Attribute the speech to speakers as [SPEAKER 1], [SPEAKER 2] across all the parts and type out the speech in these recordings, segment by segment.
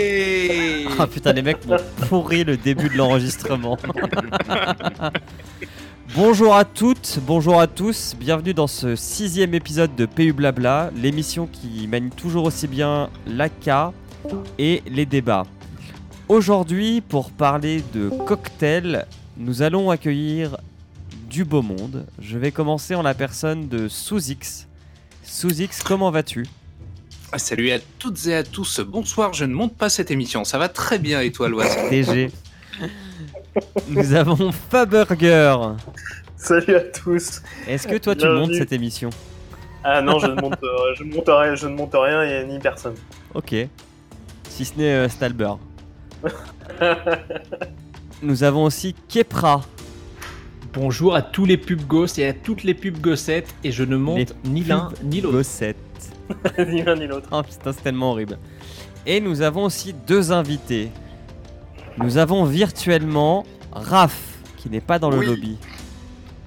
[SPEAKER 1] Banane
[SPEAKER 2] Ah putain, les mecs m'ont pourri le début de l'enregistrement. bonjour à toutes, bonjour à tous, bienvenue dans ce sixième épisode de PU Blabla, l'émission qui manie toujours aussi bien l'AK et les débats. Aujourd'hui, pour parler de cocktail, nous allons accueillir du beau monde. Je vais commencer en la personne de Souzix. Souzix, comment vas-tu
[SPEAKER 1] Ah, Salut à toutes et à tous, bonsoir, je ne monte pas cette émission, ça va très bien et toi Loise
[SPEAKER 2] DG. Nous avons Faburger.
[SPEAKER 3] Salut à tous.
[SPEAKER 2] Est-ce que toi tu
[SPEAKER 3] Bienvenue.
[SPEAKER 2] montes cette émission
[SPEAKER 3] Ah non, je ne monte, euh, je ne monte rien, je ne monte rien et ni personne.
[SPEAKER 2] Ok. Si ce n'est euh, Stalber. Nous avons aussi Kepra.
[SPEAKER 4] Bonjour à tous les pubs ghosts et à toutes les pubs gossettes et je ne monte ni l'un ni l'autre.
[SPEAKER 2] Gossette.
[SPEAKER 3] ni l'un ni l'autre.
[SPEAKER 2] Oh putain, c'est tellement horrible. Et nous avons aussi deux invités. Nous avons virtuellement Raph, qui n'est pas dans le
[SPEAKER 5] Oui.
[SPEAKER 2] lobby.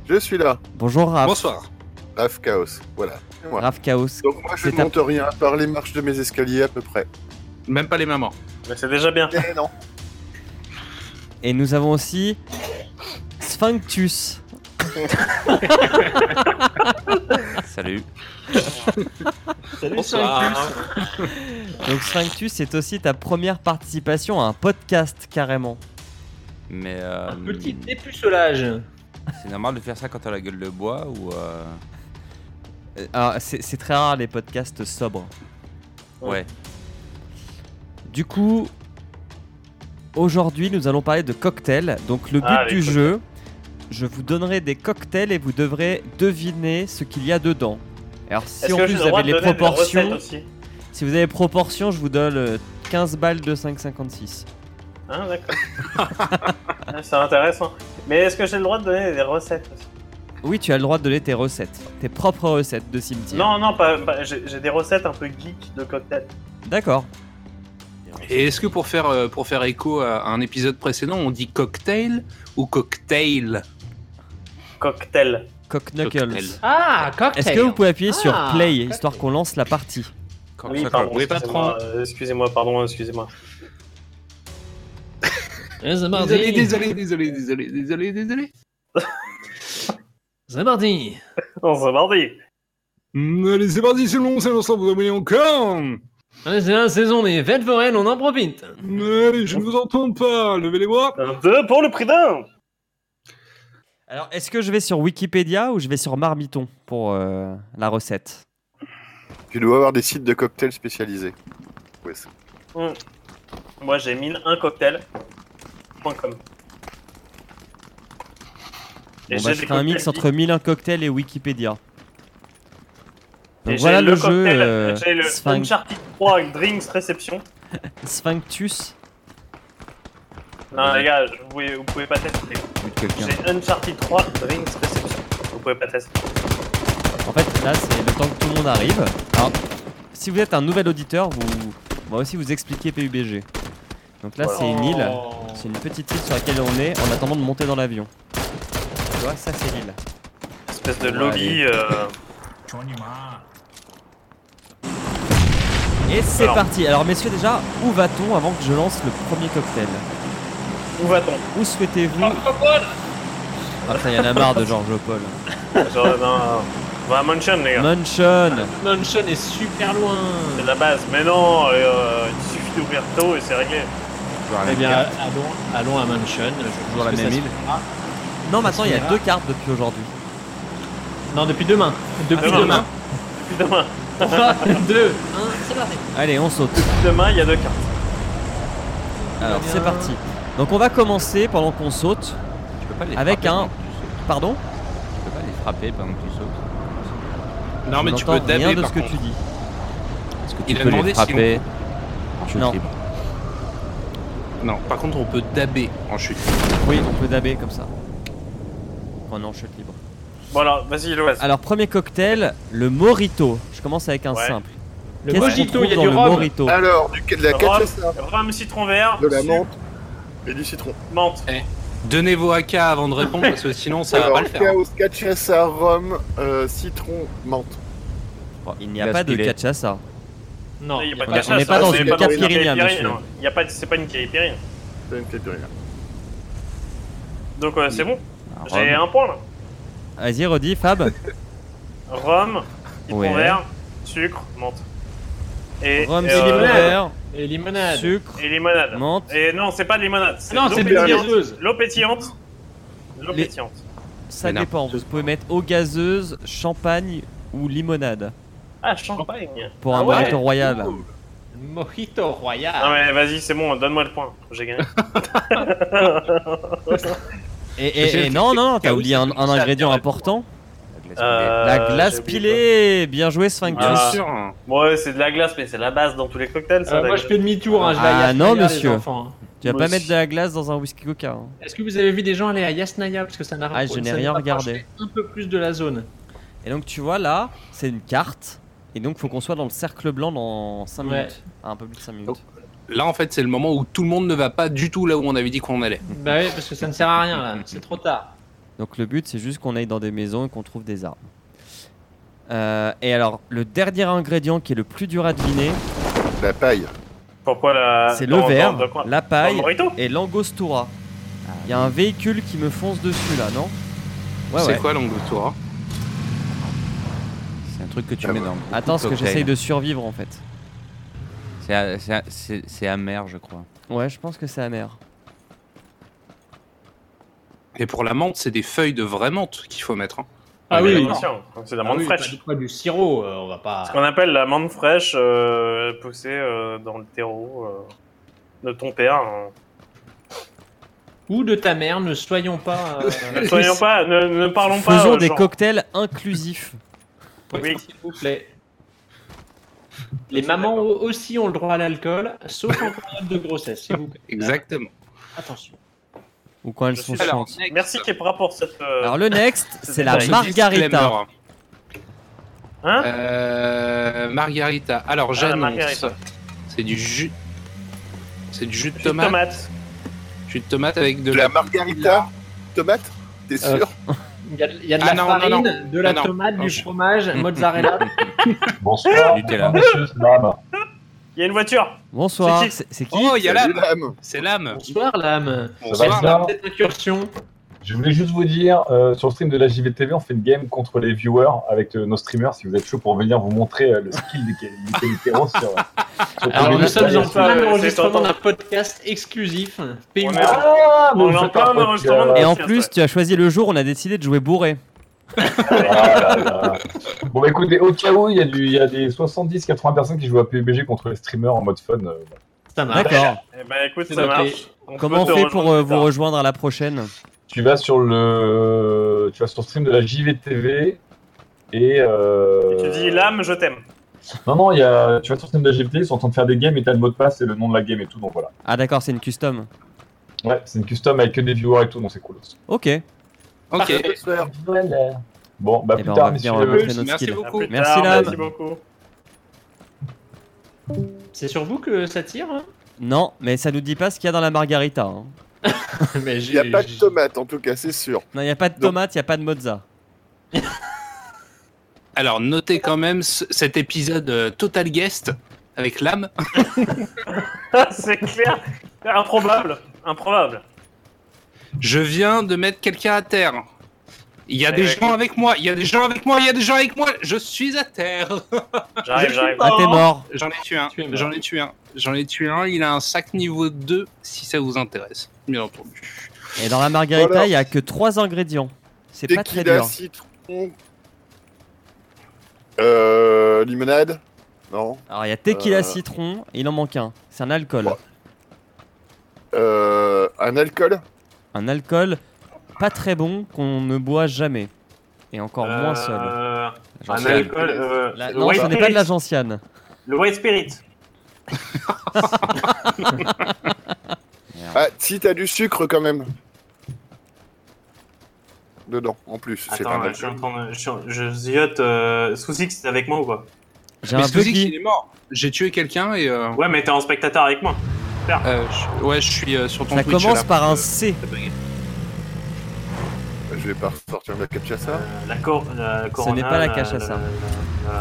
[SPEAKER 5] Je suis là,
[SPEAKER 2] Bonjour Raph.
[SPEAKER 1] Bonsoir
[SPEAKER 5] Raf Chaos, voilà. moi.
[SPEAKER 2] Raph Chaos.
[SPEAKER 5] Donc moi je
[SPEAKER 2] C'est un-
[SPEAKER 5] ne monte rien, à part les marches de mes escaliers à peu près.
[SPEAKER 1] Même pas les mamans.
[SPEAKER 3] Mais c'est déjà bien.
[SPEAKER 5] Eh non
[SPEAKER 2] Et nous avons aussi Sphinctus.
[SPEAKER 6] Salut.
[SPEAKER 1] Bonsoir
[SPEAKER 2] Donc Sphinctus, c'est aussi ta première participation à un podcast carrément.
[SPEAKER 6] Mais euh,
[SPEAKER 4] Un petit dépucelage.
[SPEAKER 6] c'est normal de faire ça quand t'as la gueule de bois ou euh,
[SPEAKER 2] Euh, Alors c'est c'est très rare les podcasts sobres.
[SPEAKER 6] ouais.
[SPEAKER 2] Du coup, aujourd'hui nous allons parler de cocktails. Donc le but
[SPEAKER 3] Ah, les
[SPEAKER 2] du
[SPEAKER 3] cocktails.
[SPEAKER 2] jeu, je vous donnerai des cocktails et vous devrez deviner ce qu'il y a dedans. Alors si
[SPEAKER 3] Est-ce
[SPEAKER 2] en
[SPEAKER 3] que
[SPEAKER 2] plus
[SPEAKER 3] j'ai le
[SPEAKER 2] vous
[SPEAKER 3] droit
[SPEAKER 2] avez
[SPEAKER 3] de
[SPEAKER 2] les
[SPEAKER 3] donner des recettes
[SPEAKER 2] proportions,
[SPEAKER 3] aussi
[SPEAKER 2] si vous avez les proportions, je vous donne euh, 15 balles de 5,56.
[SPEAKER 3] Hein, d'accord. Ah, c'est intéressant. Mais est-ce que j'ai le droit de donner des recettes aussi
[SPEAKER 2] Oui, tu as le droit de donner tes recettes, tes propres recettes de cimetière.
[SPEAKER 3] Non, non, pas, pas- j'ai j'ai des recettes un peu geek de cocktail.
[SPEAKER 2] D'accord.
[SPEAKER 1] Et est-ce que pour faire, euh, pour faire écho à un épisode précédent, on dit cocktail ou cocktail
[SPEAKER 3] Cocktail.
[SPEAKER 2] Cocknuckles.
[SPEAKER 6] Cocktail.
[SPEAKER 4] Ah, cocktail.
[SPEAKER 2] Est-ce que vous pouvez appuyer sur
[SPEAKER 4] Ah,
[SPEAKER 2] play
[SPEAKER 4] ok.
[SPEAKER 2] histoire qu'on lance la partie
[SPEAKER 6] Quand-
[SPEAKER 3] Oui,
[SPEAKER 6] quand-
[SPEAKER 3] pardon.
[SPEAKER 1] oui,
[SPEAKER 3] excusez-moi, euh, Excusez-moi, pardon, excusez-moi.
[SPEAKER 4] Eh, C'est
[SPEAKER 1] Désolé,
[SPEAKER 4] mardi.
[SPEAKER 1] désolé, désolé, désolé, désolé, désolé.
[SPEAKER 4] C'est mardi.
[SPEAKER 3] On se mardi.
[SPEAKER 1] Mm, Allez, c'est parti, c'est long, c'est l'ensemble, vous en voulez encore
[SPEAKER 4] Allez, C'est la saison des fêtes foraines, on en profite.
[SPEAKER 1] Allez, je ne vous entends pas, levez les bras
[SPEAKER 3] Un, Deux pour le prix d'un.
[SPEAKER 2] Alors, est-ce que je vais sur Wikipédia ou je vais sur Marmiton pour euh, la recette
[SPEAKER 5] Tu dois avoir des sites de cocktails spécialisés. Ouais, ça.
[SPEAKER 3] Moi, j'ai 1001 cocktails. Point com. Et
[SPEAKER 2] Bon,
[SPEAKER 3] j'ai
[SPEAKER 2] bah,
[SPEAKER 3] des
[SPEAKER 2] je ferai un mix
[SPEAKER 3] cocktails
[SPEAKER 2] entre 1001 cocktails et Wikipédia.
[SPEAKER 3] Et
[SPEAKER 2] Donc
[SPEAKER 3] j'ai
[SPEAKER 2] voilà le, jeu
[SPEAKER 3] cocktail,
[SPEAKER 2] euh,
[SPEAKER 3] j'ai le
[SPEAKER 2] Sphinx-
[SPEAKER 3] Uncharted 3 avec Drinks Réception.
[SPEAKER 2] Sphinctus.
[SPEAKER 3] Non, les gars, vous pouvez, vous pouvez pas tester.
[SPEAKER 6] Plus de quelqu'un.
[SPEAKER 3] J'ai Uncharted 3 Drinks Réception. Vous pouvez pas tester.
[SPEAKER 2] En fait, là, c'est le temps que tout le monde arrive. Alors, si vous êtes un nouvel auditeur, vous... on va aussi vous expliquer PUBG. Donc là, Ah, c'est une île.
[SPEAKER 3] Oh.
[SPEAKER 2] C'est une petite île sur laquelle on est en attendant de monter dans l'avion. Tu vois, ça, c'est l'île.
[SPEAKER 3] Espèce de
[SPEAKER 2] Ouais,
[SPEAKER 3] lobby. euh,
[SPEAKER 2] Et c'est
[SPEAKER 3] Alors.
[SPEAKER 2] parti. Alors, messieurs, déjà, où va-t-on avant que je lance le premier cocktail
[SPEAKER 3] Où va-t-on
[SPEAKER 2] Où souhaitez-vous Ah putain, y'en a marre de Georges Paul.
[SPEAKER 3] Genre, non, On va à Mansion, les gars.
[SPEAKER 2] Munchon
[SPEAKER 4] Mansion est super loin.
[SPEAKER 3] C'est la base. Mais non, euh, il suffit d'ouvrir tôt et c'est réglé.
[SPEAKER 6] Toujours la
[SPEAKER 4] Eh
[SPEAKER 6] même
[SPEAKER 4] bien,
[SPEAKER 6] carte.
[SPEAKER 4] allons, allons à Mansion. Je pense
[SPEAKER 6] Toujours la
[SPEAKER 4] que
[SPEAKER 6] même
[SPEAKER 4] ça
[SPEAKER 6] île.
[SPEAKER 4] suffira.
[SPEAKER 2] Non, maintenant il y a deux cartes depuis aujourd'hui. Ah,
[SPEAKER 4] Non, depuis demain. Depuis
[SPEAKER 3] Demain.
[SPEAKER 4] demain.
[SPEAKER 3] Puis demain,
[SPEAKER 4] 3, 2, 1, c'est parti.
[SPEAKER 2] Allez, on saute.
[SPEAKER 3] demain, il y a deux cartes.
[SPEAKER 2] Alors,
[SPEAKER 4] bien.
[SPEAKER 2] c'est parti. Donc, on va commencer pendant qu'on saute.
[SPEAKER 6] Tu peux pas les
[SPEAKER 2] Avec
[SPEAKER 6] frapper
[SPEAKER 2] un-
[SPEAKER 6] pendant que tu sautes.
[SPEAKER 2] Pardon
[SPEAKER 6] Tu peux pas les frapper pendant que tu sautes.
[SPEAKER 1] Non, mais
[SPEAKER 2] On
[SPEAKER 1] tu peux
[SPEAKER 2] n'entend rien
[SPEAKER 1] daber,
[SPEAKER 2] de
[SPEAKER 1] par
[SPEAKER 2] ce que
[SPEAKER 1] contre.
[SPEAKER 2] tu dis.
[SPEAKER 6] Est-ce que tu
[SPEAKER 1] Il a
[SPEAKER 6] peux
[SPEAKER 1] demandé
[SPEAKER 6] les
[SPEAKER 1] si on-
[SPEAKER 6] frapper en chute
[SPEAKER 2] Non.
[SPEAKER 6] libre
[SPEAKER 1] Non, par contre, on peut daber en chute.
[SPEAKER 2] Oui, on peut daber comme ça.
[SPEAKER 6] Oh
[SPEAKER 2] Quand on est en chute libre.
[SPEAKER 3] Bon, alors, vas-y, Loas.
[SPEAKER 2] Alors, premier cocktail, le Morito. Je commence avec un
[SPEAKER 3] Ouais.
[SPEAKER 2] simple.
[SPEAKER 4] Le
[SPEAKER 2] Qu'est-ce qu'on
[SPEAKER 4] mojito,
[SPEAKER 2] trouve
[SPEAKER 4] il y a
[SPEAKER 2] dans
[SPEAKER 4] du
[SPEAKER 2] le
[SPEAKER 4] rhum.
[SPEAKER 2] Morito
[SPEAKER 5] Alors, du, de la
[SPEAKER 3] Rhum.
[SPEAKER 5] cachaça,
[SPEAKER 3] Rhum, citron vert,
[SPEAKER 5] de la
[SPEAKER 3] sucre,
[SPEAKER 5] menthe et du citron.
[SPEAKER 3] menthe.
[SPEAKER 1] Donnez vos AK avant de répondre, parce que sinon, ça va
[SPEAKER 5] Alors,
[SPEAKER 1] pas le faire.
[SPEAKER 5] Chaos, cachaça, rhum, euh, citron, menthe.
[SPEAKER 2] Il n'y a
[SPEAKER 6] Il a
[SPEAKER 2] pas de
[SPEAKER 6] spilé.
[SPEAKER 2] cachaça.
[SPEAKER 3] Non, il n'y a pas de
[SPEAKER 2] on est-
[SPEAKER 3] cachasse,
[SPEAKER 2] on est pas
[SPEAKER 3] hein,
[SPEAKER 2] dans
[SPEAKER 3] c'est
[SPEAKER 2] une cave
[SPEAKER 3] une cave
[SPEAKER 2] pyrénéenne,
[SPEAKER 3] pyrénéenne,
[SPEAKER 2] monsieur.
[SPEAKER 3] non. Il y a pas de- C'est pas une caipirine.
[SPEAKER 5] C'est une clé de rien.
[SPEAKER 3] Donc euh, c'est bon,
[SPEAKER 6] Ah,
[SPEAKER 3] j'ai
[SPEAKER 6] Rome.
[SPEAKER 3] un point là.
[SPEAKER 2] Vas-y, redis, Fab.
[SPEAKER 3] Rhum, citron
[SPEAKER 2] Ouais.
[SPEAKER 3] vert, sucre, menthe. Et,
[SPEAKER 2] Rhum,
[SPEAKER 3] et,
[SPEAKER 2] citron
[SPEAKER 3] euh,
[SPEAKER 2] vert,
[SPEAKER 4] Et limonade.
[SPEAKER 2] sucre,
[SPEAKER 3] et limonade.
[SPEAKER 2] menthe,
[SPEAKER 3] Et non, c'est pas de limonade.
[SPEAKER 4] Non,
[SPEAKER 3] l'eau
[SPEAKER 4] c'est de l'eau
[SPEAKER 3] pétillante.
[SPEAKER 4] gazeuse.
[SPEAKER 3] L'eau pétillante. L'eau
[SPEAKER 2] Les-
[SPEAKER 3] pétillante.
[SPEAKER 2] ça
[SPEAKER 1] Mais non.
[SPEAKER 2] dépend. Vous pouvez mettre eau gazeuse, champagne ou limonade
[SPEAKER 3] Ah, champagne.
[SPEAKER 2] pour
[SPEAKER 3] Ah
[SPEAKER 2] un
[SPEAKER 3] ouais.
[SPEAKER 2] mojito royal.
[SPEAKER 4] Mojito
[SPEAKER 3] Non
[SPEAKER 4] royal.
[SPEAKER 3] mais vas-y, c'est bon, donne-moi le point. J'ai gagné.
[SPEAKER 2] Et, et- et non, non, t'as oublié un, un ingrédient important
[SPEAKER 6] La glace
[SPEAKER 3] Euh,
[SPEAKER 2] la glace
[SPEAKER 3] j'ai oublié
[SPEAKER 2] pilée. Bien joué, Sphinx.
[SPEAKER 3] Ah.
[SPEAKER 1] Bien sûr. hein.
[SPEAKER 3] Bon, ouais, c'est de la glace, mais c'est la base dans tous les cocktails, ça.
[SPEAKER 4] Euh,
[SPEAKER 3] la
[SPEAKER 4] moi,
[SPEAKER 3] glace.
[SPEAKER 4] je fais demi-tour, hein, je vais
[SPEAKER 2] Ah,
[SPEAKER 4] à Yasnaya,
[SPEAKER 2] non,
[SPEAKER 4] les
[SPEAKER 2] monsieur.
[SPEAKER 4] enfants, hein.
[SPEAKER 2] Tu vas
[SPEAKER 3] Moi
[SPEAKER 2] pas
[SPEAKER 3] aussi.
[SPEAKER 2] mettre de la glace dans un whisky coca. hein.
[SPEAKER 4] Est-ce que vous avez vu des gens aller à Yasnaya Parce que ça n'a
[SPEAKER 2] Ah, je
[SPEAKER 4] ça
[SPEAKER 2] n'ai
[SPEAKER 4] nous
[SPEAKER 2] rien
[SPEAKER 4] rapproche
[SPEAKER 2] regardé.
[SPEAKER 4] Un peu plus de la zone.
[SPEAKER 2] Et donc, tu vois, là, c'est une carte. Et donc, faut qu'on soit dans le cercle blanc dans 5
[SPEAKER 4] Ouais.
[SPEAKER 2] minutes. Ah, Un peu plus de 5 minutes.
[SPEAKER 3] Oh.
[SPEAKER 1] Là, en fait, c'est le moment où tout le monde ne va pas du tout là où on avait dit qu'on allait.
[SPEAKER 4] Bah oui, parce que ça ne sert à rien là, c'est trop tard.
[SPEAKER 2] Donc, le but, c'est juste qu'on aille dans des maisons et qu'on trouve des armes. Euh, et alors, le dernier ingrédient qui est le plus dur à deviner,
[SPEAKER 5] La paille.
[SPEAKER 3] Pourquoi la.
[SPEAKER 2] c'est
[SPEAKER 3] dans-
[SPEAKER 2] le verre,
[SPEAKER 3] dans- dans quoi
[SPEAKER 2] la
[SPEAKER 3] Dans le
[SPEAKER 2] paille
[SPEAKER 3] Morito
[SPEAKER 2] et l'angostura. Il y a un véhicule qui me fonce dessus là, non Ouais,
[SPEAKER 1] c'est
[SPEAKER 2] ouais.
[SPEAKER 1] quoi l'Angleterre
[SPEAKER 6] C'est un truc que tu
[SPEAKER 5] Ah
[SPEAKER 6] mets
[SPEAKER 5] ouais.
[SPEAKER 6] dans. beaucoup
[SPEAKER 2] Attends,
[SPEAKER 6] de
[SPEAKER 2] ce que
[SPEAKER 6] cocktails.
[SPEAKER 2] j'essaye de survivre en fait.
[SPEAKER 6] C'est a- c'est a- C'est c'est amer, je crois.
[SPEAKER 2] Ouais, je pense que c'est amer.
[SPEAKER 1] Et pour la menthe, c'est des feuilles de vraie menthe qu'il faut mettre. hein.
[SPEAKER 4] Ah oui,
[SPEAKER 3] bien sûr, c'est de la
[SPEAKER 4] Ah
[SPEAKER 3] menthe
[SPEAKER 4] oui,
[SPEAKER 3] fraîche.
[SPEAKER 4] pas du- pas du sirop, euh, on va
[SPEAKER 3] Ce
[SPEAKER 4] pas.
[SPEAKER 3] qu'on appelle la menthe fraîche euh, poussée euh, dans le terreau euh, de ton père. hein.
[SPEAKER 4] Ou de ta mère, ne soyons pas. euh,
[SPEAKER 3] Ne soyons pas, ne, ne parlons pas.
[SPEAKER 2] Faisons
[SPEAKER 3] euh,
[SPEAKER 2] des
[SPEAKER 3] genre-
[SPEAKER 2] cocktails inclusifs.
[SPEAKER 3] Oui.
[SPEAKER 4] S'il vous plaît. Les mamans au- aussi ont le droit à l'alcool, sauf en période de grossesse, s'il vous plaît.
[SPEAKER 1] Exactement.
[SPEAKER 4] Attention.
[SPEAKER 2] Ou quand elles
[SPEAKER 3] Je
[SPEAKER 2] sont
[SPEAKER 3] suis-
[SPEAKER 1] Alors,
[SPEAKER 2] chiantes.
[SPEAKER 1] next.
[SPEAKER 3] Merci Kepra pour cette. euh,
[SPEAKER 2] Alors le next, c'est la
[SPEAKER 3] c'est
[SPEAKER 1] Ce
[SPEAKER 2] margarita.
[SPEAKER 1] disclaimer.
[SPEAKER 3] Hein
[SPEAKER 1] Euh, margarita. Alors,
[SPEAKER 3] la
[SPEAKER 1] j'annonce.
[SPEAKER 3] margarita.
[SPEAKER 1] C'est du jus. C'est du jus de
[SPEAKER 3] jus de
[SPEAKER 1] tomate.
[SPEAKER 3] tomate.
[SPEAKER 1] Jus de tomate avec de
[SPEAKER 5] De
[SPEAKER 1] la.
[SPEAKER 5] la margarita Tomate T'es
[SPEAKER 4] Euh,
[SPEAKER 5] sûr
[SPEAKER 4] Il y a, il y a de
[SPEAKER 1] Ah
[SPEAKER 4] la
[SPEAKER 1] non, non,
[SPEAKER 4] farine,
[SPEAKER 1] non.
[SPEAKER 4] de la
[SPEAKER 1] Ah non.
[SPEAKER 4] tomate,
[SPEAKER 1] Non,
[SPEAKER 4] du
[SPEAKER 1] je-
[SPEAKER 4] fromage, mozzarella.
[SPEAKER 3] hein.
[SPEAKER 7] Bonsoir,
[SPEAKER 6] Nutella.
[SPEAKER 7] monsieur Slam.
[SPEAKER 3] Il y a une voiture.
[SPEAKER 2] Bonsoir,
[SPEAKER 3] C'est qui
[SPEAKER 2] c'est c'est qui,
[SPEAKER 1] Oh, il y a
[SPEAKER 5] Salut,
[SPEAKER 1] l'âme.
[SPEAKER 5] l'âme.
[SPEAKER 1] C'est l'âme.
[SPEAKER 4] Bonsoir, l'âme.
[SPEAKER 7] Ça
[SPEAKER 1] Bonsoir.
[SPEAKER 7] va
[SPEAKER 4] Bonsoir,
[SPEAKER 7] bien
[SPEAKER 4] cette incursion.
[SPEAKER 7] Je voulais juste vous dire, euh, sur le stream de la JVTV, on fait une game contre les viewers avec euh, nos streamers. Si vous êtes chaud pour venir vous montrer euh, le skill des du Calipero sur, sur
[SPEAKER 4] Alors,
[SPEAKER 7] ton
[SPEAKER 4] nous
[SPEAKER 7] jeu.
[SPEAKER 4] sommes en
[SPEAKER 3] ça,
[SPEAKER 4] plein
[SPEAKER 3] ouais, c'est
[SPEAKER 4] enregistrement
[SPEAKER 3] tentant.
[SPEAKER 4] d'un podcast exclusif. PU.
[SPEAKER 3] On est-
[SPEAKER 7] Ah, mais
[SPEAKER 3] On
[SPEAKER 7] vous
[SPEAKER 3] est en
[SPEAKER 7] faites un
[SPEAKER 3] plein
[SPEAKER 7] podcast.
[SPEAKER 3] enregistrement de-
[SPEAKER 2] Et en
[SPEAKER 3] Tiens,
[SPEAKER 2] plus,
[SPEAKER 3] ouais.
[SPEAKER 2] tu as choisi le jour où on a décidé de jouer bourré.
[SPEAKER 7] Ah là là. Bon, bah, écoutez, au cas où, il y a, du- il y a des 70-80 personnes qui jouent à PUBG contre les streamers en mode fun. euh,
[SPEAKER 4] Ça marche.
[SPEAKER 2] D'accord.
[SPEAKER 3] Eh ben écoute,
[SPEAKER 4] C'est
[SPEAKER 3] ça
[SPEAKER 4] noté.
[SPEAKER 3] marche. On
[SPEAKER 2] Comment on
[SPEAKER 3] peut te
[SPEAKER 2] fait pour euh,
[SPEAKER 3] rejoindre plus
[SPEAKER 2] vous
[SPEAKER 3] tard.
[SPEAKER 2] rejoindre à la prochaine
[SPEAKER 7] tu vas sur le tu vas sur le stream de la JVTV et, euh,
[SPEAKER 3] Tu dis l'âme, je t'aime.
[SPEAKER 7] non non il y a tu vas sur le stream de la JVTV ils sont en train de faire des games et t'as le mot de passe et le nom de la game et tout donc voilà
[SPEAKER 2] Ah d'accord, c'est une custom.
[SPEAKER 7] ouais c'est une custom avec que des viewers et tout donc c'est cool aussi.
[SPEAKER 2] Ok.
[SPEAKER 1] Ok.
[SPEAKER 5] Bonne soeur.
[SPEAKER 7] bon bah
[SPEAKER 2] Eh
[SPEAKER 7] plus
[SPEAKER 2] ben, on va
[SPEAKER 7] tard
[SPEAKER 2] venir
[SPEAKER 7] messieurs
[SPEAKER 2] euh, montrer
[SPEAKER 1] Merci
[SPEAKER 2] notre skill.
[SPEAKER 1] beaucoup.
[SPEAKER 3] À plus
[SPEAKER 2] Merci,
[SPEAKER 3] tard,
[SPEAKER 2] l'âme.
[SPEAKER 3] Merci beaucoup.
[SPEAKER 4] C'est sur vous que ça tire hein
[SPEAKER 2] Non, mais ça nous dit pas ce qu'il y a dans la margarita. hein.
[SPEAKER 4] Mais j'ai-
[SPEAKER 5] Il n'y a pas de
[SPEAKER 4] j'ai-
[SPEAKER 5] tomate, en tout cas, c'est sûr.
[SPEAKER 2] Non, il y a pas de
[SPEAKER 5] Non.
[SPEAKER 2] tomate, il y a pas de mozza.
[SPEAKER 1] Alors, notez quand même ce- cet épisode euh, Total Guest avec l'âme.
[SPEAKER 3] C'est clair. Improbable. Improbable.
[SPEAKER 1] Je viens de mettre quelqu'un à terre. Il y a
[SPEAKER 3] Mais
[SPEAKER 1] des
[SPEAKER 3] ouais.
[SPEAKER 1] gens avec moi, il y a des gens avec moi, il y a des gens avec moi. Je suis à terre.
[SPEAKER 3] J'arrive, j'arrive.
[SPEAKER 2] Ah, t'es mort.
[SPEAKER 1] J'en ai tué un.
[SPEAKER 4] Tu es mort.
[SPEAKER 1] J'en ai tué un. J'en ai tué un. Il a un sac niveau 2 si ça vous intéresse. Bien entendu.
[SPEAKER 2] Et dans la margarita,
[SPEAKER 5] Voilà.
[SPEAKER 2] il y a que trois ingrédients. C'est pas très
[SPEAKER 5] Tequila,
[SPEAKER 2] dur.
[SPEAKER 5] citron. Euh, limonade Non.
[SPEAKER 2] Alors, il y a tequila
[SPEAKER 5] Euh.
[SPEAKER 2] citron, il en manque un. C'est un alcool.
[SPEAKER 5] Ouais. Euh, un alcool
[SPEAKER 2] Un alcool pas très bon qu'on ne boit jamais. Et encore moins seul.
[SPEAKER 3] Euh,
[SPEAKER 2] J'en
[SPEAKER 3] Un
[SPEAKER 2] sais rien.
[SPEAKER 3] alcool. euh,
[SPEAKER 2] La-
[SPEAKER 3] le
[SPEAKER 2] Non,
[SPEAKER 3] white
[SPEAKER 2] ce n'est pas de
[SPEAKER 3] spirit.
[SPEAKER 2] la gentiane.
[SPEAKER 3] Le white spirit.
[SPEAKER 5] Ah, si t'as du sucre quand même. Dedans, en plus. C'est
[SPEAKER 3] Attends,
[SPEAKER 5] un
[SPEAKER 3] euh, je suis en train de. Je, suis en- je ziote. Euh, Sousix, c'est avec moi ou quoi
[SPEAKER 2] J'ai
[SPEAKER 1] Mais
[SPEAKER 2] un
[SPEAKER 1] Squeezie,
[SPEAKER 2] buggy.
[SPEAKER 1] il est mort. J'ai tué quelqu'un et. euh,
[SPEAKER 3] Ouais, mais t'es en spectateur avec moi.
[SPEAKER 1] euh, je- ouais, je suis euh, sur ton
[SPEAKER 2] Ça
[SPEAKER 1] Twitch.
[SPEAKER 2] commence
[SPEAKER 1] là. Euh,
[SPEAKER 2] par un C.
[SPEAKER 5] Je vais pas ressortir ma captcha
[SPEAKER 3] Euh, la cor. La corona,
[SPEAKER 2] n'est pas la
[SPEAKER 3] cache
[SPEAKER 2] cachaça.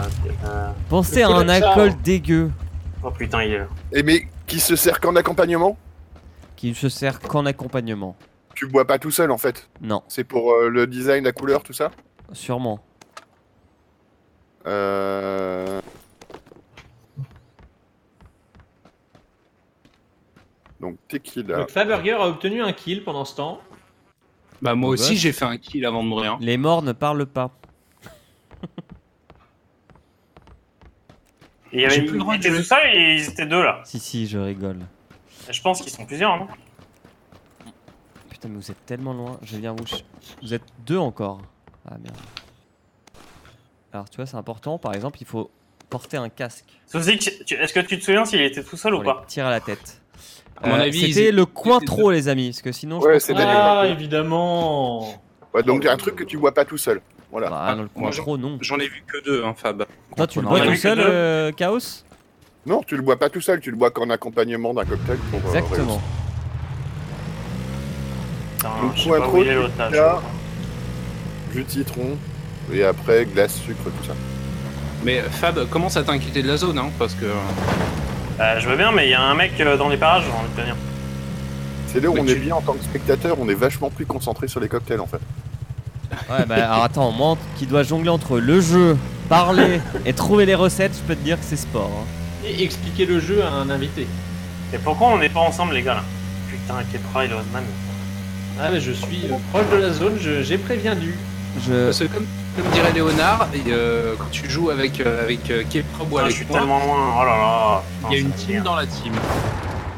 [SPEAKER 3] ça.
[SPEAKER 2] Pensez
[SPEAKER 4] Le
[SPEAKER 2] à un
[SPEAKER 4] Colacao.
[SPEAKER 2] alcool dégueu.
[SPEAKER 3] Oh putain, il est là.
[SPEAKER 5] Et mais qui se sert qu'en accompagnement
[SPEAKER 2] qui ne se sert qu'en accompagnement.
[SPEAKER 5] Tu bois pas tout seul en fait.
[SPEAKER 2] Non,
[SPEAKER 5] C'est pour euh, le design, la couleur, tout ça
[SPEAKER 2] sûrement.
[SPEAKER 5] Euh... Donc tequila.
[SPEAKER 4] Donc Faberger a obtenu un kill pendant ce temps.
[SPEAKER 1] Bah, moi
[SPEAKER 2] Ouais.
[SPEAKER 1] aussi, j'ai fait un kill avant de mourir.
[SPEAKER 2] Les morts ne parlent pas.
[SPEAKER 3] Et Il y avait
[SPEAKER 1] J'ai plus le droit
[SPEAKER 3] il
[SPEAKER 1] de
[SPEAKER 3] était
[SPEAKER 1] jouer.
[SPEAKER 3] tout seul et ils étaient deux là.
[SPEAKER 2] Si, si, je rigole.
[SPEAKER 3] Je pense qu'ils sont plusieurs, non
[SPEAKER 2] Putain, mais vous êtes tellement loin. Je viens vous. Vous êtes deux encore. Ah merde. Alors, tu vois, c'est important. Par exemple, il faut porter un casque
[SPEAKER 3] Sousik, tu- est-ce que tu te souviens s'il était tout seul ou
[SPEAKER 2] pour les
[SPEAKER 3] pas
[SPEAKER 2] tirer à la tête.
[SPEAKER 1] À mon
[SPEAKER 2] Euh,
[SPEAKER 1] avis,
[SPEAKER 2] c'était
[SPEAKER 1] ils-
[SPEAKER 2] le coin
[SPEAKER 1] ils-
[SPEAKER 2] trop, les amis, parce que sinon, je
[SPEAKER 5] Ouais,
[SPEAKER 2] pense
[SPEAKER 5] c'est
[SPEAKER 2] qu'on
[SPEAKER 5] d'aller-
[SPEAKER 2] est-
[SPEAKER 4] Ah, évidemment
[SPEAKER 5] Ouais, donc un truc que tu bois pas tout seul. Voilà.
[SPEAKER 2] Bah, dans le coin
[SPEAKER 1] Moi, je-
[SPEAKER 2] trop, non.
[SPEAKER 1] J'en ai vu que deux, hein, Fab.
[SPEAKER 2] Toi, tu le
[SPEAKER 6] comprends
[SPEAKER 2] bois
[SPEAKER 3] rien.
[SPEAKER 2] tout seul,
[SPEAKER 3] On a vu que deux.
[SPEAKER 2] euh, Chaos
[SPEAKER 5] Non, tu le bois pas tout seul, tu le bois qu'en accompagnement d'un cocktail. Pour, euh,
[SPEAKER 2] Exactement.
[SPEAKER 3] Putain,
[SPEAKER 5] Donc,
[SPEAKER 3] je sais
[SPEAKER 5] pour
[SPEAKER 3] pas
[SPEAKER 5] un
[SPEAKER 3] où il est
[SPEAKER 5] trou,
[SPEAKER 3] l'autre là.
[SPEAKER 5] là.
[SPEAKER 3] je-
[SPEAKER 5] réussir. Jus de citron et après glace, sucre, tout ça.
[SPEAKER 1] Mais Fab, commence à t'inquiéter de la zone, hein, parce que.
[SPEAKER 3] Euh, je veux bien, mais il y a un mec euh, dans les parages, j'ai envie de te dire.
[SPEAKER 5] C'est là où
[SPEAKER 1] Mais
[SPEAKER 5] on
[SPEAKER 1] tu-
[SPEAKER 5] est bien en tant que spectateur, on est vachement plus concentré sur les cocktails en fait.
[SPEAKER 2] Ouais, bah alors attends, moi qui dois jongler entre le jeu, parler et trouver les recettes, je peux te dire que c'est sport. hein.
[SPEAKER 4] Et expliquer le jeu à un invité.
[SPEAKER 3] Et pourquoi on n'est pas ensemble, les gars là Putain, Kepra et Osman.
[SPEAKER 4] Ah, mais je suis euh, proche de la zone, je- j'ai prévenu.
[SPEAKER 2] Je...
[SPEAKER 1] Parce que comme, comme dirait Léonard, et, euh, quand tu joues avec, euh, avec euh, Kepra ou
[SPEAKER 3] Putain, je
[SPEAKER 1] avec
[SPEAKER 3] suis
[SPEAKER 1] moi,
[SPEAKER 3] tellement loin, oh là là.
[SPEAKER 1] il y a
[SPEAKER 3] Putain,
[SPEAKER 1] une
[SPEAKER 3] ça
[SPEAKER 1] team
[SPEAKER 3] m'énerve.
[SPEAKER 1] dans la team.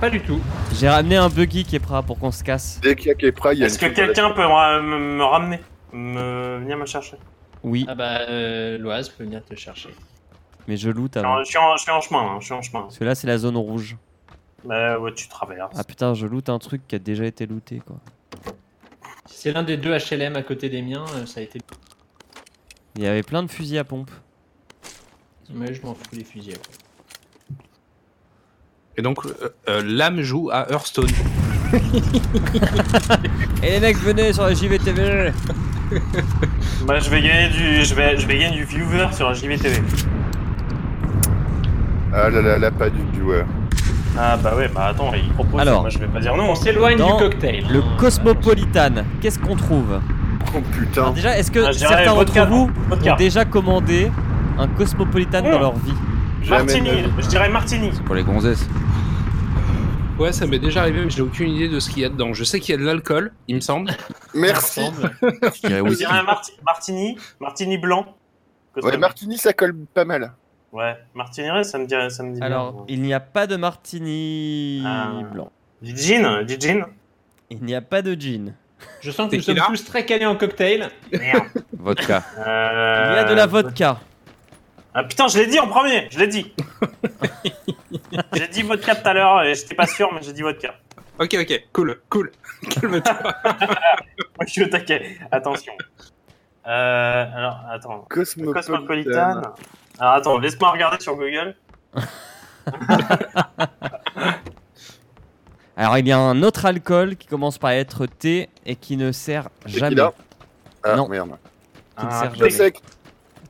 [SPEAKER 4] Pas du tout.
[SPEAKER 2] J'ai ramené un buggy qui est prêt pour qu'on se casse.
[SPEAKER 5] Dès qu'il y a Kepra, il y a
[SPEAKER 3] Est-ce
[SPEAKER 5] une
[SPEAKER 3] que
[SPEAKER 5] team dans la-
[SPEAKER 3] quelqu'un peut me, me- me ramener me, Venir me chercher
[SPEAKER 2] Oui,
[SPEAKER 4] Ah bah, euh, Loaz peut venir te chercher.
[SPEAKER 2] mais je loot avant.
[SPEAKER 3] Non, je, suis en, je suis en chemin, hein, je suis en chemin.
[SPEAKER 2] Parce que là, c'est la zone rouge.
[SPEAKER 3] Bah ouais, tu traverses.
[SPEAKER 2] Ah putain, je loot un truc qui a déjà été looté quoi.
[SPEAKER 4] Si c'est l'un des deux HLM à côté des miens, euh, ça a été...
[SPEAKER 2] Il y avait plein de fusils à pompe.
[SPEAKER 4] Mais je m'en fous les fusils. après.
[SPEAKER 1] Et donc, euh, euh, l'âme joue à Hearthstone.
[SPEAKER 2] Et les mecs, venez sur la JVTV
[SPEAKER 3] Bah je vais gagner du, je vais, je vais gagner du viewer sur la JVTV.
[SPEAKER 5] Ah là là là, pas du viewer.
[SPEAKER 3] Ah bah ouais, bah attends, il propose.
[SPEAKER 2] Alors.
[SPEAKER 3] moi je vais pas dire non.
[SPEAKER 4] On s'éloigne
[SPEAKER 2] Dans
[SPEAKER 4] du cocktail.
[SPEAKER 2] Le
[SPEAKER 4] hein.
[SPEAKER 2] Cosmopolitan, qu'est-ce qu'on trouve
[SPEAKER 5] Oh
[SPEAKER 2] Alors
[SPEAKER 5] putain.
[SPEAKER 2] déjà, est-ce que
[SPEAKER 3] Ah, je dirais
[SPEAKER 2] certains d'entre
[SPEAKER 3] vodka,
[SPEAKER 2] vous ont
[SPEAKER 3] Vodka. Mmh.
[SPEAKER 2] déjà commandé un Cosmopolitan dans
[SPEAKER 3] Non.
[SPEAKER 2] leur vie
[SPEAKER 5] Jamais de
[SPEAKER 3] Martini,
[SPEAKER 5] la vie.
[SPEAKER 3] je dirais Martini.
[SPEAKER 6] Pour les gonzesses.
[SPEAKER 1] Ouais, ça m'est déjà arrivé, mais j'ai aucune idée de ce qu'il y a dedans. Je sais qu'il y a de l'alcool, il me semble.
[SPEAKER 5] Merci.
[SPEAKER 6] Je dirais
[SPEAKER 3] Je
[SPEAKER 6] whisky.
[SPEAKER 3] dirais Marti- Martini, Martini blanc. Que
[SPEAKER 5] Ouais,
[SPEAKER 3] ça-
[SPEAKER 5] Martini, ça colle pas mal.
[SPEAKER 3] ouais, Martini red, ça me dirait, ça me dit.
[SPEAKER 2] Alors,
[SPEAKER 3] bien.
[SPEAKER 2] il n'y a pas de martini
[SPEAKER 3] Ah.
[SPEAKER 2] blanc.
[SPEAKER 3] Du gin, du gin.
[SPEAKER 2] Il n'y a pas de gin.
[SPEAKER 4] Je sens que nous
[SPEAKER 1] Tequila.
[SPEAKER 4] sommes tous très calés en cocktail.
[SPEAKER 3] Merde.
[SPEAKER 6] Vodka.
[SPEAKER 2] Il y
[SPEAKER 3] Euh,
[SPEAKER 2] a de la vodka.
[SPEAKER 3] Ah putain, je l'ai dit en premier, je l'ai dit. j'ai dit vodka tout à l'heure et j'étais pas sûr, mais j'ai dit vodka.
[SPEAKER 1] Ok, ok, cool, cool. Calme-toi.
[SPEAKER 3] Moi, je suis au taquet. Attention. Euh, alors, attends.
[SPEAKER 5] Cosmopolitan.
[SPEAKER 3] Cosmopolitan. Alors, attends, laisse-moi regarder sur Google.
[SPEAKER 2] Alors, il y a un autre alcool qui commence par être thé et qui ne sert jamais.
[SPEAKER 5] Tequila. Ah
[SPEAKER 2] Non.
[SPEAKER 5] merde.
[SPEAKER 2] Qui ne
[SPEAKER 3] Ah,
[SPEAKER 2] sert
[SPEAKER 5] Triple
[SPEAKER 2] jamais.
[SPEAKER 5] sec.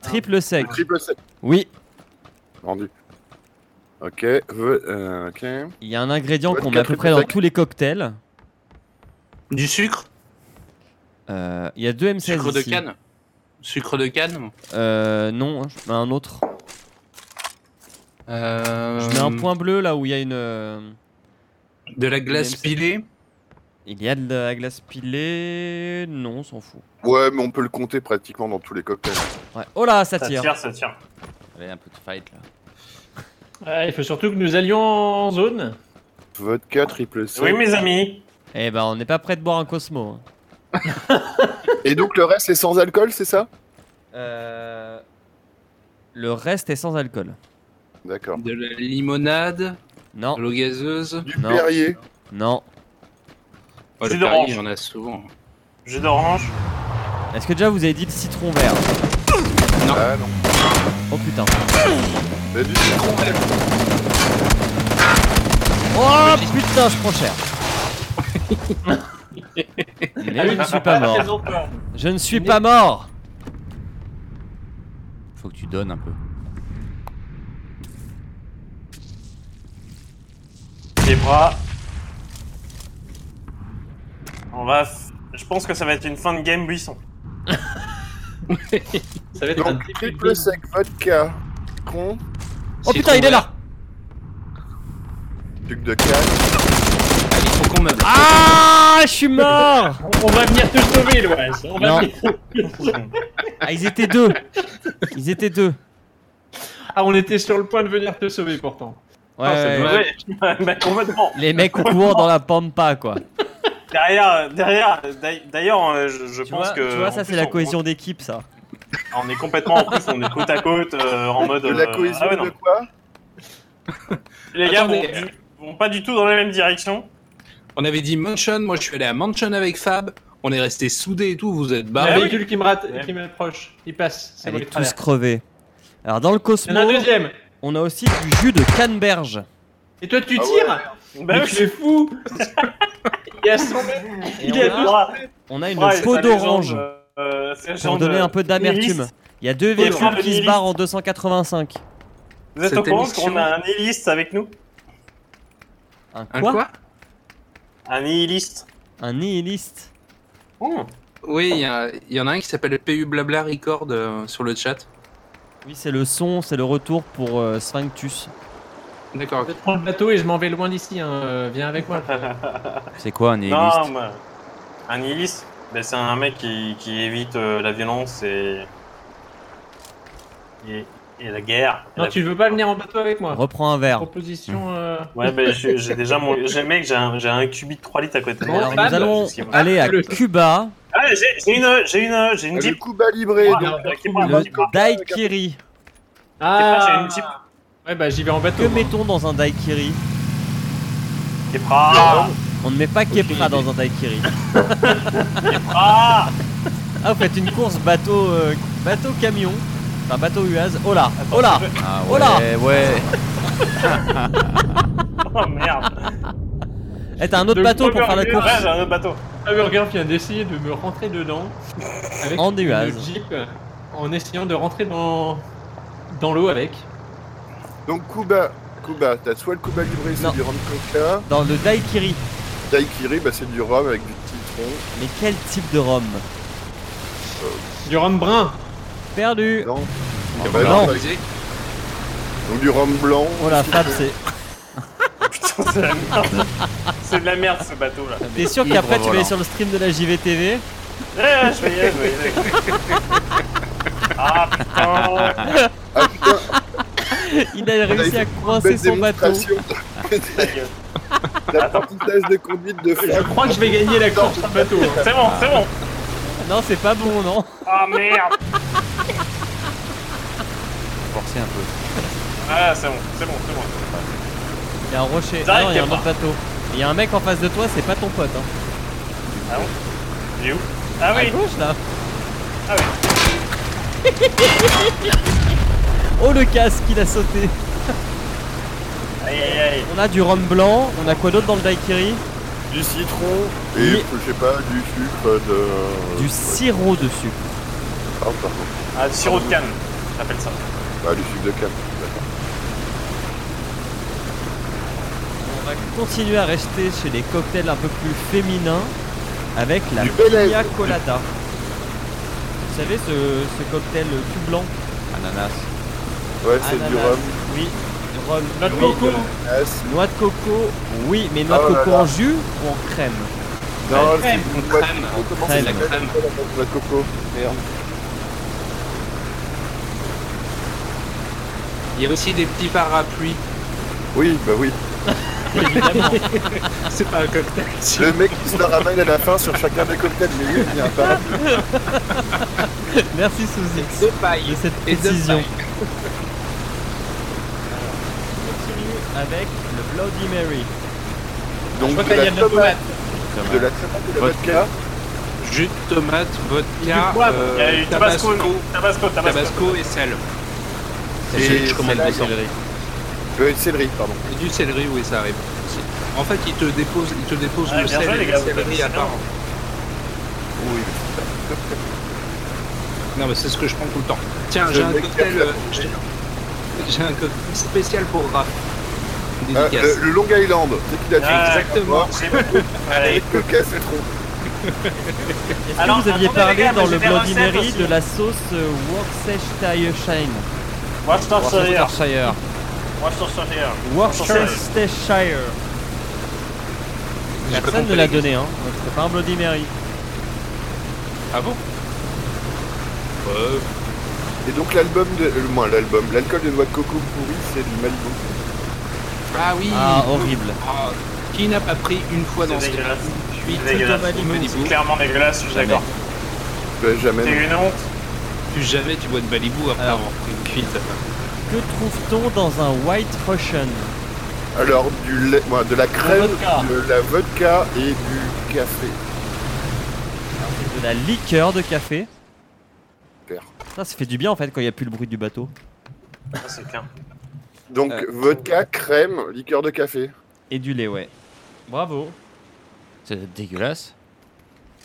[SPEAKER 2] Triple sec.
[SPEAKER 5] Triple sec.
[SPEAKER 2] Oui,
[SPEAKER 5] Vendu. Ok. ve- euh, ok.
[SPEAKER 2] il y a un ingrédient qu'on
[SPEAKER 5] Vodka
[SPEAKER 2] met à peu
[SPEAKER 5] triple
[SPEAKER 2] près dans
[SPEAKER 5] sec.
[SPEAKER 2] tous les cocktails.
[SPEAKER 1] Du sucre
[SPEAKER 2] Euh, il y a deux M16
[SPEAKER 1] Sucre de
[SPEAKER 2] ici.
[SPEAKER 1] canne Sucre de canne
[SPEAKER 2] Euh, non, je mets un autre.
[SPEAKER 1] euh...
[SPEAKER 2] Je mets un point bleu là où il y a une. euh,
[SPEAKER 1] De la glace
[SPEAKER 2] Même ça.
[SPEAKER 1] pilée
[SPEAKER 2] Il y a de la glace pilée. Non, on s'en fout.
[SPEAKER 5] Ouais, mais on peut le compter pratiquement dans tous les cocktails.
[SPEAKER 2] Ouais. Oh là, ça
[SPEAKER 3] Ça
[SPEAKER 2] tire.
[SPEAKER 3] tire, ça tire.
[SPEAKER 6] Allez, un peu de fight là.
[SPEAKER 4] Ouais, il faut surtout que nous allions en zone.
[SPEAKER 5] Vodka, triple sec.
[SPEAKER 3] Oui, mes amis.
[SPEAKER 2] Eh ben, on n'est pas prêt de boire un Cosmo. hein.
[SPEAKER 5] Et donc le reste, c'est sans alcool, c'est ça
[SPEAKER 2] Euh, Le reste est sans alcool.
[SPEAKER 5] D'accord.
[SPEAKER 1] De la limonade
[SPEAKER 2] Non,
[SPEAKER 1] De l'eau gazeuse
[SPEAKER 5] Du
[SPEAKER 2] Non.
[SPEAKER 5] Perrier.
[SPEAKER 2] non.
[SPEAKER 1] Oh,
[SPEAKER 3] Jus
[SPEAKER 1] le
[SPEAKER 3] d'orange.
[SPEAKER 1] Perrier, il y en a souvent.
[SPEAKER 3] Jus d'orange.
[SPEAKER 2] Est-ce que déjà vous avez dit le citron vert
[SPEAKER 5] Ah non.
[SPEAKER 2] Oh putain.
[SPEAKER 5] C'est du citron.
[SPEAKER 2] Oh putain, je prends cher. Mais Eh je ne suis pas mort. Je ne suis pas mort. Oh,
[SPEAKER 6] Faut que tu donnes un peu.
[SPEAKER 3] les bras. On va. f- Je pense que ça va être une fin de game buisson.
[SPEAKER 4] Ça va être un
[SPEAKER 5] Donc,
[SPEAKER 4] triple
[SPEAKER 5] triple sec vodka. Con.
[SPEAKER 2] Oh
[SPEAKER 1] C'est
[SPEAKER 2] putain,
[SPEAKER 1] trop
[SPEAKER 2] il est là
[SPEAKER 5] Duc de Cannes.
[SPEAKER 1] Allez, faut qu'on meuble.
[SPEAKER 2] Ah, je suis mort
[SPEAKER 4] On va venir te sauver, l'Oise. On
[SPEAKER 2] Non.
[SPEAKER 4] va venir-
[SPEAKER 2] Ah, ils étaient deux Ils étaient deux.
[SPEAKER 4] Ah, on était sur le point de venir te sauver pourtant.
[SPEAKER 2] Ouais,
[SPEAKER 4] Ah, c'est
[SPEAKER 2] ouais.
[SPEAKER 1] dommage.
[SPEAKER 3] Ouais, bah, complètement.
[SPEAKER 2] Les mecs courent dans la pampa, quoi.
[SPEAKER 3] Derrière, euh, derrière. d'ail- D'ailleurs, euh, je, je
[SPEAKER 2] Tu
[SPEAKER 3] pense
[SPEAKER 2] vois,
[SPEAKER 3] que.
[SPEAKER 2] tu vois,
[SPEAKER 3] en
[SPEAKER 2] ça,
[SPEAKER 3] plus,
[SPEAKER 2] c'est la
[SPEAKER 3] on-
[SPEAKER 2] cohésion d'équipe, ça.
[SPEAKER 3] On est complètement en plus, on est côte à côte euh, en mode.
[SPEAKER 5] De la
[SPEAKER 3] euh,
[SPEAKER 5] cohésion
[SPEAKER 3] ah ouais, non.
[SPEAKER 5] de quoi
[SPEAKER 3] Les gars vont,
[SPEAKER 4] Attendez.
[SPEAKER 3] du- vont pas du tout dans la même direction.
[SPEAKER 1] On avait dit Mansion, moi je suis allé à Mansion avec Fab, on est resté soudés et tout, vous êtes
[SPEAKER 4] Un
[SPEAKER 3] Ah
[SPEAKER 1] barrés.
[SPEAKER 3] oui.
[SPEAKER 4] véhicule qui me rate,
[SPEAKER 3] Ouais.
[SPEAKER 4] qui m'approche. Il passe. C'est
[SPEAKER 2] Elle
[SPEAKER 4] bon,
[SPEAKER 2] est
[SPEAKER 4] il
[SPEAKER 2] Bah tous
[SPEAKER 4] traverse.
[SPEAKER 2] crevés. Alors, dans le
[SPEAKER 4] Il y en a
[SPEAKER 2] Cosmo,
[SPEAKER 4] un deuxième.
[SPEAKER 2] on a aussi du jus de canneberge.
[SPEAKER 4] Et toi, tu
[SPEAKER 5] Ah
[SPEAKER 4] tires
[SPEAKER 3] Bah,
[SPEAKER 4] Mais tu es fou Il est à 100 mètres.
[SPEAKER 2] Et
[SPEAKER 4] Il
[SPEAKER 2] on
[SPEAKER 4] est
[SPEAKER 2] a-
[SPEAKER 4] à
[SPEAKER 2] On a une peau d'orange pour donner un peu d'amertume. Il y a deux
[SPEAKER 3] Et
[SPEAKER 2] véhicules qui se
[SPEAKER 3] Franck
[SPEAKER 2] barrent en 285.
[SPEAKER 3] Vous êtes
[SPEAKER 1] Cette
[SPEAKER 3] au courant
[SPEAKER 1] émission-
[SPEAKER 3] qu'on a un nihiliste avec nous
[SPEAKER 2] Un quoi
[SPEAKER 1] Un quoi
[SPEAKER 3] Un nihiliste
[SPEAKER 2] Un nihiliste.
[SPEAKER 1] Oui, il y, a- il y en a un qui s'appelle PU Blabla Record euh, sur le chat.
[SPEAKER 2] Oui, c'est le son, c'est le retour pour euh, Sphinctus.
[SPEAKER 1] D'accord.
[SPEAKER 4] Je prends le bateau et je m'en vais loin d'ici. hein, euh, Viens avec moi.
[SPEAKER 6] C'est quoi un
[SPEAKER 3] Non,
[SPEAKER 6] nihiliste
[SPEAKER 3] mais... un nihiliste, ben, c'est un mec qui, qui évite euh, la violence et... et et la guerre. Et
[SPEAKER 4] Non,
[SPEAKER 3] la-
[SPEAKER 4] tu veux pas venir en bateau avec moi
[SPEAKER 2] Reprends un verre. Hmm.
[SPEAKER 4] Proposition. euh,
[SPEAKER 3] Ouais, ben j'ai j'ai déjà mon. J'ai mec, j'ai un, j'ai un cubi de 3 litres à côté de moi.
[SPEAKER 2] Alors, nous
[SPEAKER 4] Fab,
[SPEAKER 2] allons
[SPEAKER 3] Parce que-
[SPEAKER 2] aller à
[SPEAKER 4] le-
[SPEAKER 2] Cuba,
[SPEAKER 3] Ah, j'ai j'ai une, j'ai une, j'ai une
[SPEAKER 5] Le
[SPEAKER 3] jeep.
[SPEAKER 5] Cuba Libre. donc,
[SPEAKER 4] regarde,
[SPEAKER 3] qui prend un
[SPEAKER 2] le
[SPEAKER 3] petit peu.
[SPEAKER 2] Daiquiri.
[SPEAKER 3] j'ai
[SPEAKER 4] Ah
[SPEAKER 3] une Jeep.
[SPEAKER 4] Ouais, bah j'y vais en bateau.
[SPEAKER 2] Que
[SPEAKER 4] moi.
[SPEAKER 2] mettons dans un Daiquiri
[SPEAKER 3] Kepra,
[SPEAKER 2] On ne met pas Kepra dans un Daiquiri.
[SPEAKER 3] Ah
[SPEAKER 2] Ah, vous faites une course bateau euh, bateau camion. Enfin, bateau UAZ. Oh là, oh là
[SPEAKER 6] Ah
[SPEAKER 2] Oh là
[SPEAKER 6] ouais, ouais.
[SPEAKER 3] Oh merde
[SPEAKER 2] Eh, T'as un autre
[SPEAKER 4] De
[SPEAKER 2] bateau pour faire la
[SPEAKER 4] première
[SPEAKER 2] course.
[SPEAKER 3] Ouais, j'ai un autre bateau.
[SPEAKER 4] Hamburger vient d'essayer de me rentrer dedans. Avec
[SPEAKER 2] En
[SPEAKER 4] une
[SPEAKER 2] nuage.
[SPEAKER 4] Jeep. En essayant de rentrer dans. Dans l'eau avec.
[SPEAKER 5] Donc Cuba. Cuba, t'as soit le Cuba Libre,
[SPEAKER 2] Non.
[SPEAKER 5] c'est du rhum coca.
[SPEAKER 2] Dans le Daiquiri.
[SPEAKER 5] Daiquiri, bah, c'est du rhum avec du citron.
[SPEAKER 2] Mais quel type de rhum
[SPEAKER 4] Du rhum brun.
[SPEAKER 2] Perdu
[SPEAKER 5] Non.
[SPEAKER 6] Oh,
[SPEAKER 5] Eh
[SPEAKER 6] bah
[SPEAKER 5] ben
[SPEAKER 2] non.
[SPEAKER 5] non, bah, Donc du rhum blanc.
[SPEAKER 2] Oh la Fab, c'est.
[SPEAKER 3] Putain, c'est de la merde. C'est de la merde ce bateau là.
[SPEAKER 2] T'es sûr
[SPEAKER 6] Libre
[SPEAKER 2] qu'après tu vas aller
[SPEAKER 6] volant.
[SPEAKER 2] sur le stream de la JVTV
[SPEAKER 3] Eh, je vais y aller, je vais y aller. Ah putain
[SPEAKER 5] Ah putain,
[SPEAKER 2] Il a réussi à coincer
[SPEAKER 5] belle
[SPEAKER 2] son bateau.
[SPEAKER 5] démonstration. L'apprentissage de conduite de
[SPEAKER 4] Je
[SPEAKER 5] Fab.
[SPEAKER 4] crois que je vais gagner la course en bateau. hein.
[SPEAKER 3] C'est bon, c'est bon
[SPEAKER 2] Non, c'est pas bon, non
[SPEAKER 3] Ah merde
[SPEAKER 6] Forcez un peu.
[SPEAKER 3] Ah c'est bon, c'est bon, c'est bon.
[SPEAKER 2] Il y a un rocher. Ah
[SPEAKER 3] Direct,
[SPEAKER 2] non, il y a un
[SPEAKER 3] Kepra.
[SPEAKER 2] autre bateau. Il y a un mec en face de toi, c'est pas ton pote. Hein.
[SPEAKER 3] Il est où Ah
[SPEAKER 2] À
[SPEAKER 3] oui
[SPEAKER 2] gauche là
[SPEAKER 3] Ah oui.
[SPEAKER 2] Oh le casque, il a sauté
[SPEAKER 3] Aïe aïe aïe
[SPEAKER 2] On a du rhum blanc, on a quoi d'autre dans le Daiquiri
[SPEAKER 5] Du citron et
[SPEAKER 2] Oui.
[SPEAKER 5] je sais pas, du sucre de.
[SPEAKER 2] Du
[SPEAKER 5] Ouais,
[SPEAKER 2] sirop dessus.
[SPEAKER 5] pardon, pardon.
[SPEAKER 3] Ah, du sirop de canne, j'appelle ça.
[SPEAKER 5] Bah, du sucre de canne.
[SPEAKER 2] On va continuer à rester chez les cocktails un peu plus féminins avec la
[SPEAKER 5] Du Bel Air.
[SPEAKER 2] Pina Colada. Vous savez ce, ce cocktail tout blanc
[SPEAKER 6] Ananas.
[SPEAKER 5] Ouais, c'est du
[SPEAKER 2] ananas,
[SPEAKER 5] rhum.
[SPEAKER 2] Oui, du rhum.
[SPEAKER 4] Noix de
[SPEAKER 2] oui.
[SPEAKER 4] coco.
[SPEAKER 5] As.
[SPEAKER 2] Noix de coco, oui, mais noix
[SPEAKER 5] Oh
[SPEAKER 2] de
[SPEAKER 5] là
[SPEAKER 2] coco
[SPEAKER 5] là.
[SPEAKER 2] en jus ou en crème
[SPEAKER 5] Non, c'est
[SPEAKER 4] crème.
[SPEAKER 5] une boîte-
[SPEAKER 1] Crème.
[SPEAKER 5] Comment
[SPEAKER 2] Crème.
[SPEAKER 5] ça s'appelle,
[SPEAKER 1] Crème.
[SPEAKER 5] la noix de coco
[SPEAKER 1] Il y a aussi des petits parapluies.
[SPEAKER 5] Oui, bah oui.
[SPEAKER 2] Évidemment.
[SPEAKER 1] C'est pas un cocktail.
[SPEAKER 5] Le mec qui se la ramène à la fin sur chacun des cocktails, mais oui, il y a un parapluie.
[SPEAKER 2] Merci Suzy
[SPEAKER 1] De paille.
[SPEAKER 2] de cette
[SPEAKER 1] Et de
[SPEAKER 2] précision.
[SPEAKER 1] paille.
[SPEAKER 2] Continue avec le Bloody Mary.
[SPEAKER 5] Donc,
[SPEAKER 4] crois
[SPEAKER 5] de
[SPEAKER 4] qu'il y a
[SPEAKER 5] la
[SPEAKER 4] de la tomate.
[SPEAKER 5] tomate, de la tomate, de la
[SPEAKER 1] Vodka.
[SPEAKER 5] vodka.
[SPEAKER 1] Jus de tomate, vodka,
[SPEAKER 4] poivre.
[SPEAKER 1] euh,
[SPEAKER 3] Il y a eu tabasco, non Tabasco, tabasco.
[SPEAKER 1] tabasco et sel.
[SPEAKER 5] Et
[SPEAKER 1] Je- je commande
[SPEAKER 5] céleri.
[SPEAKER 1] du céleri.
[SPEAKER 5] Euh, céleri, pardon.
[SPEAKER 1] Et Du céleri, oui, ça arrive. En fait, il te dépose, il te dépose
[SPEAKER 3] Ouais,
[SPEAKER 1] le
[SPEAKER 3] Ah, bien
[SPEAKER 1] sel
[SPEAKER 3] joué,
[SPEAKER 1] et
[SPEAKER 3] les
[SPEAKER 1] le
[SPEAKER 3] gars, vous
[SPEAKER 1] céleri
[SPEAKER 3] connaissez
[SPEAKER 1] à part.
[SPEAKER 5] Oui.
[SPEAKER 1] Non, mais c'est ce que je prends tout le temps. Tiens,
[SPEAKER 5] Je
[SPEAKER 1] j'ai un
[SPEAKER 5] vais
[SPEAKER 1] cocktail.
[SPEAKER 5] faire
[SPEAKER 1] euh, J'ai j'ai un cocktail spécial pour Raph.
[SPEAKER 5] Euh,
[SPEAKER 1] efficace.
[SPEAKER 5] le, le Long Island, dès qu'il a dit
[SPEAKER 3] Ah,
[SPEAKER 5] exactement.
[SPEAKER 3] J'ai beaucoup.
[SPEAKER 5] Et
[SPEAKER 3] Allez.
[SPEAKER 5] le coquet se trompe.
[SPEAKER 2] Est-ce
[SPEAKER 3] Alors,
[SPEAKER 2] que vous aviez
[SPEAKER 3] attendez, les
[SPEAKER 2] parlé
[SPEAKER 3] gars,
[SPEAKER 2] dans
[SPEAKER 3] moi,
[SPEAKER 2] le
[SPEAKER 3] j'ai des recettes
[SPEAKER 2] Bloody
[SPEAKER 3] aussi.
[SPEAKER 2] de la sauce euh, Worcestershire
[SPEAKER 3] Moi je t'en souris.
[SPEAKER 2] Worcestershire.
[SPEAKER 3] Moi je t'en souris.
[SPEAKER 2] Worcestershire. Personne ne l'a donné, hein. Donc, C'est pas un Bloody Mary.
[SPEAKER 1] Ah bon Euh,
[SPEAKER 5] Et donc l'album de. euh, moins l'album, l'alcool de noix de coco pourri, c'est du Malibu.
[SPEAKER 1] Ah oui
[SPEAKER 2] Ah, horrible.
[SPEAKER 1] Ah, Qui n'a pas pris une
[SPEAKER 2] Ah
[SPEAKER 1] fois dans
[SPEAKER 3] C'est
[SPEAKER 1] ce
[SPEAKER 3] dégueulasse.
[SPEAKER 1] Puis,
[SPEAKER 3] C'est dégueulasse.
[SPEAKER 1] Thomas Limou,
[SPEAKER 3] C'est clairement dégueulasse, je suis d'accord.
[SPEAKER 5] Je jamais.
[SPEAKER 3] C'est une honte.
[SPEAKER 1] Plus jamais tu bois de Malibu après
[SPEAKER 2] Alors.
[SPEAKER 1] avoir pris une cuite.
[SPEAKER 2] Que trouve-t-on dans un White Russian
[SPEAKER 5] Alors du lait, moi, de la crème,
[SPEAKER 2] vodka.
[SPEAKER 5] de la vodka et du café.
[SPEAKER 2] De la liqueur de café.
[SPEAKER 5] Super.
[SPEAKER 2] Ça, ça fait du bien en fait quand il n'y a plus le bruit du bateau.
[SPEAKER 3] Ça, C'est clair.
[SPEAKER 5] Donc
[SPEAKER 2] Euh,
[SPEAKER 5] vodka, crème, liqueur de café.
[SPEAKER 2] Et du lait, ouais. Bravo.
[SPEAKER 6] C'est dégueulasse.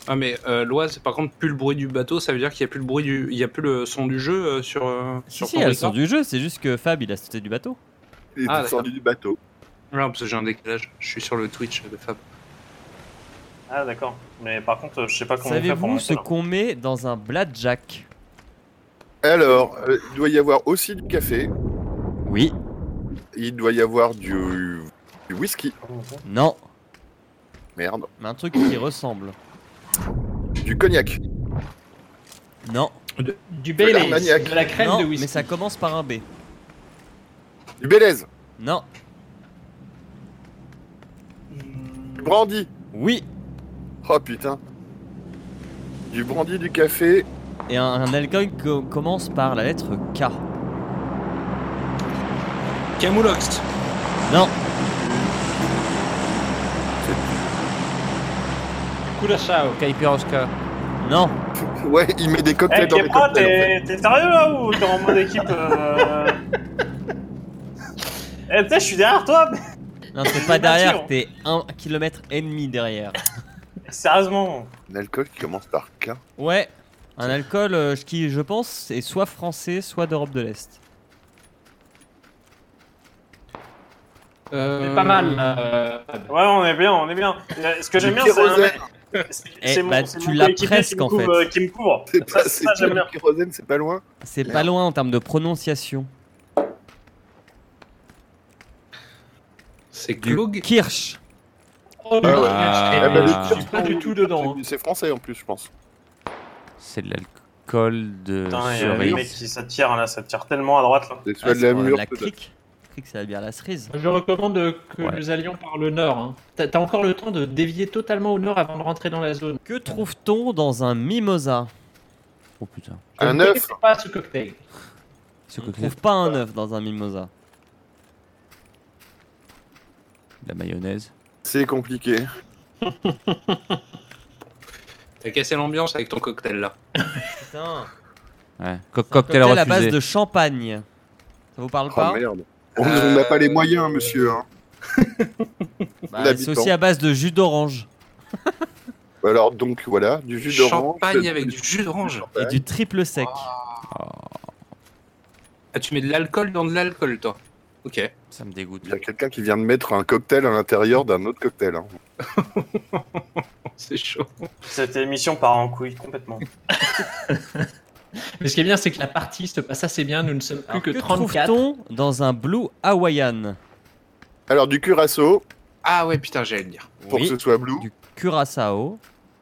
[SPEAKER 1] Ah mais euh, l'Oise, par contre, plus le bruit du bateau, ça veut dire qu'il n'y a plus le bruit du, il y a plus le son du jeu euh, sur. euh,
[SPEAKER 2] Si,
[SPEAKER 1] sur
[SPEAKER 2] si,
[SPEAKER 1] ton
[SPEAKER 2] elles
[SPEAKER 1] record
[SPEAKER 2] sont du jeu, c'est juste que Fab il a sauté du bateau.
[SPEAKER 5] Et
[SPEAKER 1] Ah,
[SPEAKER 5] descendu du bateau.
[SPEAKER 1] Non, parce que j'ai un décalage. Je suis sur le Twitch de Fab.
[SPEAKER 3] Ah d'accord. Mais par contre, euh, je sais pas comment on fait pour
[SPEAKER 2] Savez-vous ce
[SPEAKER 3] monter. là.
[SPEAKER 2] qu'on met dans un blackjack
[SPEAKER 5] Alors, euh, il doit y avoir aussi du café.
[SPEAKER 2] Oui.
[SPEAKER 5] Il doit y avoir du, du whisky.
[SPEAKER 2] Non.
[SPEAKER 5] Merde.
[SPEAKER 2] Mais un truc qui ressemble.
[SPEAKER 5] Du cognac.
[SPEAKER 2] Non.
[SPEAKER 4] Du Baileys,
[SPEAKER 5] l'armagnac.
[SPEAKER 4] de la crème
[SPEAKER 2] non,
[SPEAKER 4] de
[SPEAKER 2] mais
[SPEAKER 4] whisky.
[SPEAKER 2] ça commence par un B.
[SPEAKER 5] Du Belize.
[SPEAKER 2] Non.
[SPEAKER 5] Du brandy.
[SPEAKER 2] Oui.
[SPEAKER 5] Oh putain. Du brandy, du café.
[SPEAKER 2] Et un, un alcool co- commence par la lettre K.
[SPEAKER 1] Camoulox.
[SPEAKER 2] Non.
[SPEAKER 4] Curaçao.
[SPEAKER 6] Kaiperoska.
[SPEAKER 2] Non.
[SPEAKER 5] Ouais, il met des
[SPEAKER 3] Eh,
[SPEAKER 5] cocktails dans les
[SPEAKER 3] Pierre,
[SPEAKER 5] cocktails. en fait.
[SPEAKER 3] t'es t'es sérieux là ou t'es en mode équipe euh... Eh, tu sais, je suis derrière toi, mais
[SPEAKER 2] Non, c'est
[SPEAKER 3] Bien
[SPEAKER 2] pas derrière,
[SPEAKER 3] sûr.
[SPEAKER 2] t'es un kilomètre et demi derrière.
[SPEAKER 3] sérieusement.
[SPEAKER 5] Un alcool qui commence par K.
[SPEAKER 2] Ouais. Un alcool euh, qui, je pense, est soit français, soit d'Europe de l'Est.
[SPEAKER 4] C'est pas mal, là, euh, Fab.
[SPEAKER 3] Ouais, on est bien, on est bien. Euh, Ce que j'aime bien, c'est.
[SPEAKER 5] kérosène.
[SPEAKER 3] c'est-
[SPEAKER 2] Eh,
[SPEAKER 3] c'est mon-
[SPEAKER 2] bah,
[SPEAKER 3] c'est
[SPEAKER 2] tu
[SPEAKER 3] mon
[SPEAKER 2] l'as
[SPEAKER 3] coéquipier
[SPEAKER 2] presque,
[SPEAKER 3] qui me
[SPEAKER 2] en
[SPEAKER 3] couvre,
[SPEAKER 2] fait.
[SPEAKER 3] euh, Qui me couvre.
[SPEAKER 5] C'est pas,
[SPEAKER 3] Ça,
[SPEAKER 5] c'est
[SPEAKER 3] ça, j'aime
[SPEAKER 5] pas
[SPEAKER 3] bien.
[SPEAKER 5] du kérosène, c'est pas loin.
[SPEAKER 2] C'est pas
[SPEAKER 5] Merde.
[SPEAKER 2] loin en termes de prononciation.
[SPEAKER 1] C'est
[SPEAKER 2] Du
[SPEAKER 1] Glug.
[SPEAKER 2] Kirsch.
[SPEAKER 4] Oh,
[SPEAKER 5] Ah ouais.
[SPEAKER 6] Ah,
[SPEAKER 5] Eh ben, les
[SPEAKER 6] je
[SPEAKER 5] Turcs
[SPEAKER 4] suis
[SPEAKER 5] sont-
[SPEAKER 4] pas du tout dedans, hein.
[SPEAKER 5] C'est français en plus, je pense.
[SPEAKER 6] C'est de l'alcool de
[SPEAKER 3] Putain, il y a les mecs
[SPEAKER 6] cerise.
[SPEAKER 3] qui s'attirent là, ça tire tellement à droite là.
[SPEAKER 5] C'est
[SPEAKER 2] Ah,
[SPEAKER 5] soit de la
[SPEAKER 2] pour
[SPEAKER 5] mûre.
[SPEAKER 2] La
[SPEAKER 5] peut-être.
[SPEAKER 2] crique. Crique, c'est la bière à la cerise.
[SPEAKER 4] Je recommande euh, que
[SPEAKER 6] Ouais.
[SPEAKER 4] nous allions par le nord. hein. T'as t'as encore le temps de dévier totalement au nord avant de rentrer dans la zone.
[SPEAKER 2] Que trouve-t-on dans un mimosa
[SPEAKER 6] Oh putain.
[SPEAKER 4] Je
[SPEAKER 5] Un
[SPEAKER 4] ne
[SPEAKER 5] œuf.
[SPEAKER 4] connaissais pas ce cocktail.
[SPEAKER 6] Ce
[SPEAKER 2] On
[SPEAKER 6] que c'est
[SPEAKER 2] trouve pas un œuf dans un mimosa.
[SPEAKER 6] de la mayonnaise.
[SPEAKER 5] C'est compliqué.
[SPEAKER 1] T'as cassé l'ambiance avec ton cocktail là.
[SPEAKER 2] Putain.
[SPEAKER 6] Ouais. Co-
[SPEAKER 2] Cocktail
[SPEAKER 6] cocktail
[SPEAKER 2] à base
[SPEAKER 6] refusé.
[SPEAKER 2] de champagne. Ça vous parle
[SPEAKER 5] Oh
[SPEAKER 2] pas
[SPEAKER 5] merde. On on n'a pas les moyens, monsieur. hein.
[SPEAKER 2] Bah, C'est
[SPEAKER 5] l'habitant.
[SPEAKER 2] aussi à base de jus d'orange
[SPEAKER 5] Alors donc voilà, du jus d'orange.
[SPEAKER 1] Champagne avec du jus d'orange.
[SPEAKER 2] et du triple sec.
[SPEAKER 1] Ah, tu mets de l'alcool dans de l'alcool, toi. Ok.
[SPEAKER 6] Ça me dégoûte.
[SPEAKER 5] Il y a quelqu'un qui vient de mettre un cocktail à l'intérieur d'un autre cocktail. hein.
[SPEAKER 1] C'est chaud.
[SPEAKER 3] Cette émission part en couille complètement.
[SPEAKER 4] Mais ce qui est bien, c'est que la partie se passe assez bien. Nous ne sommes plus
[SPEAKER 2] Alors,
[SPEAKER 4] que
[SPEAKER 2] que
[SPEAKER 4] 34.
[SPEAKER 2] trouve-t-on dans un blue hawaïan
[SPEAKER 5] Alors du curaçao,
[SPEAKER 1] Ah ouais, putain, j'allais le dire.
[SPEAKER 5] pour que ce soit blue.
[SPEAKER 2] Du curaçao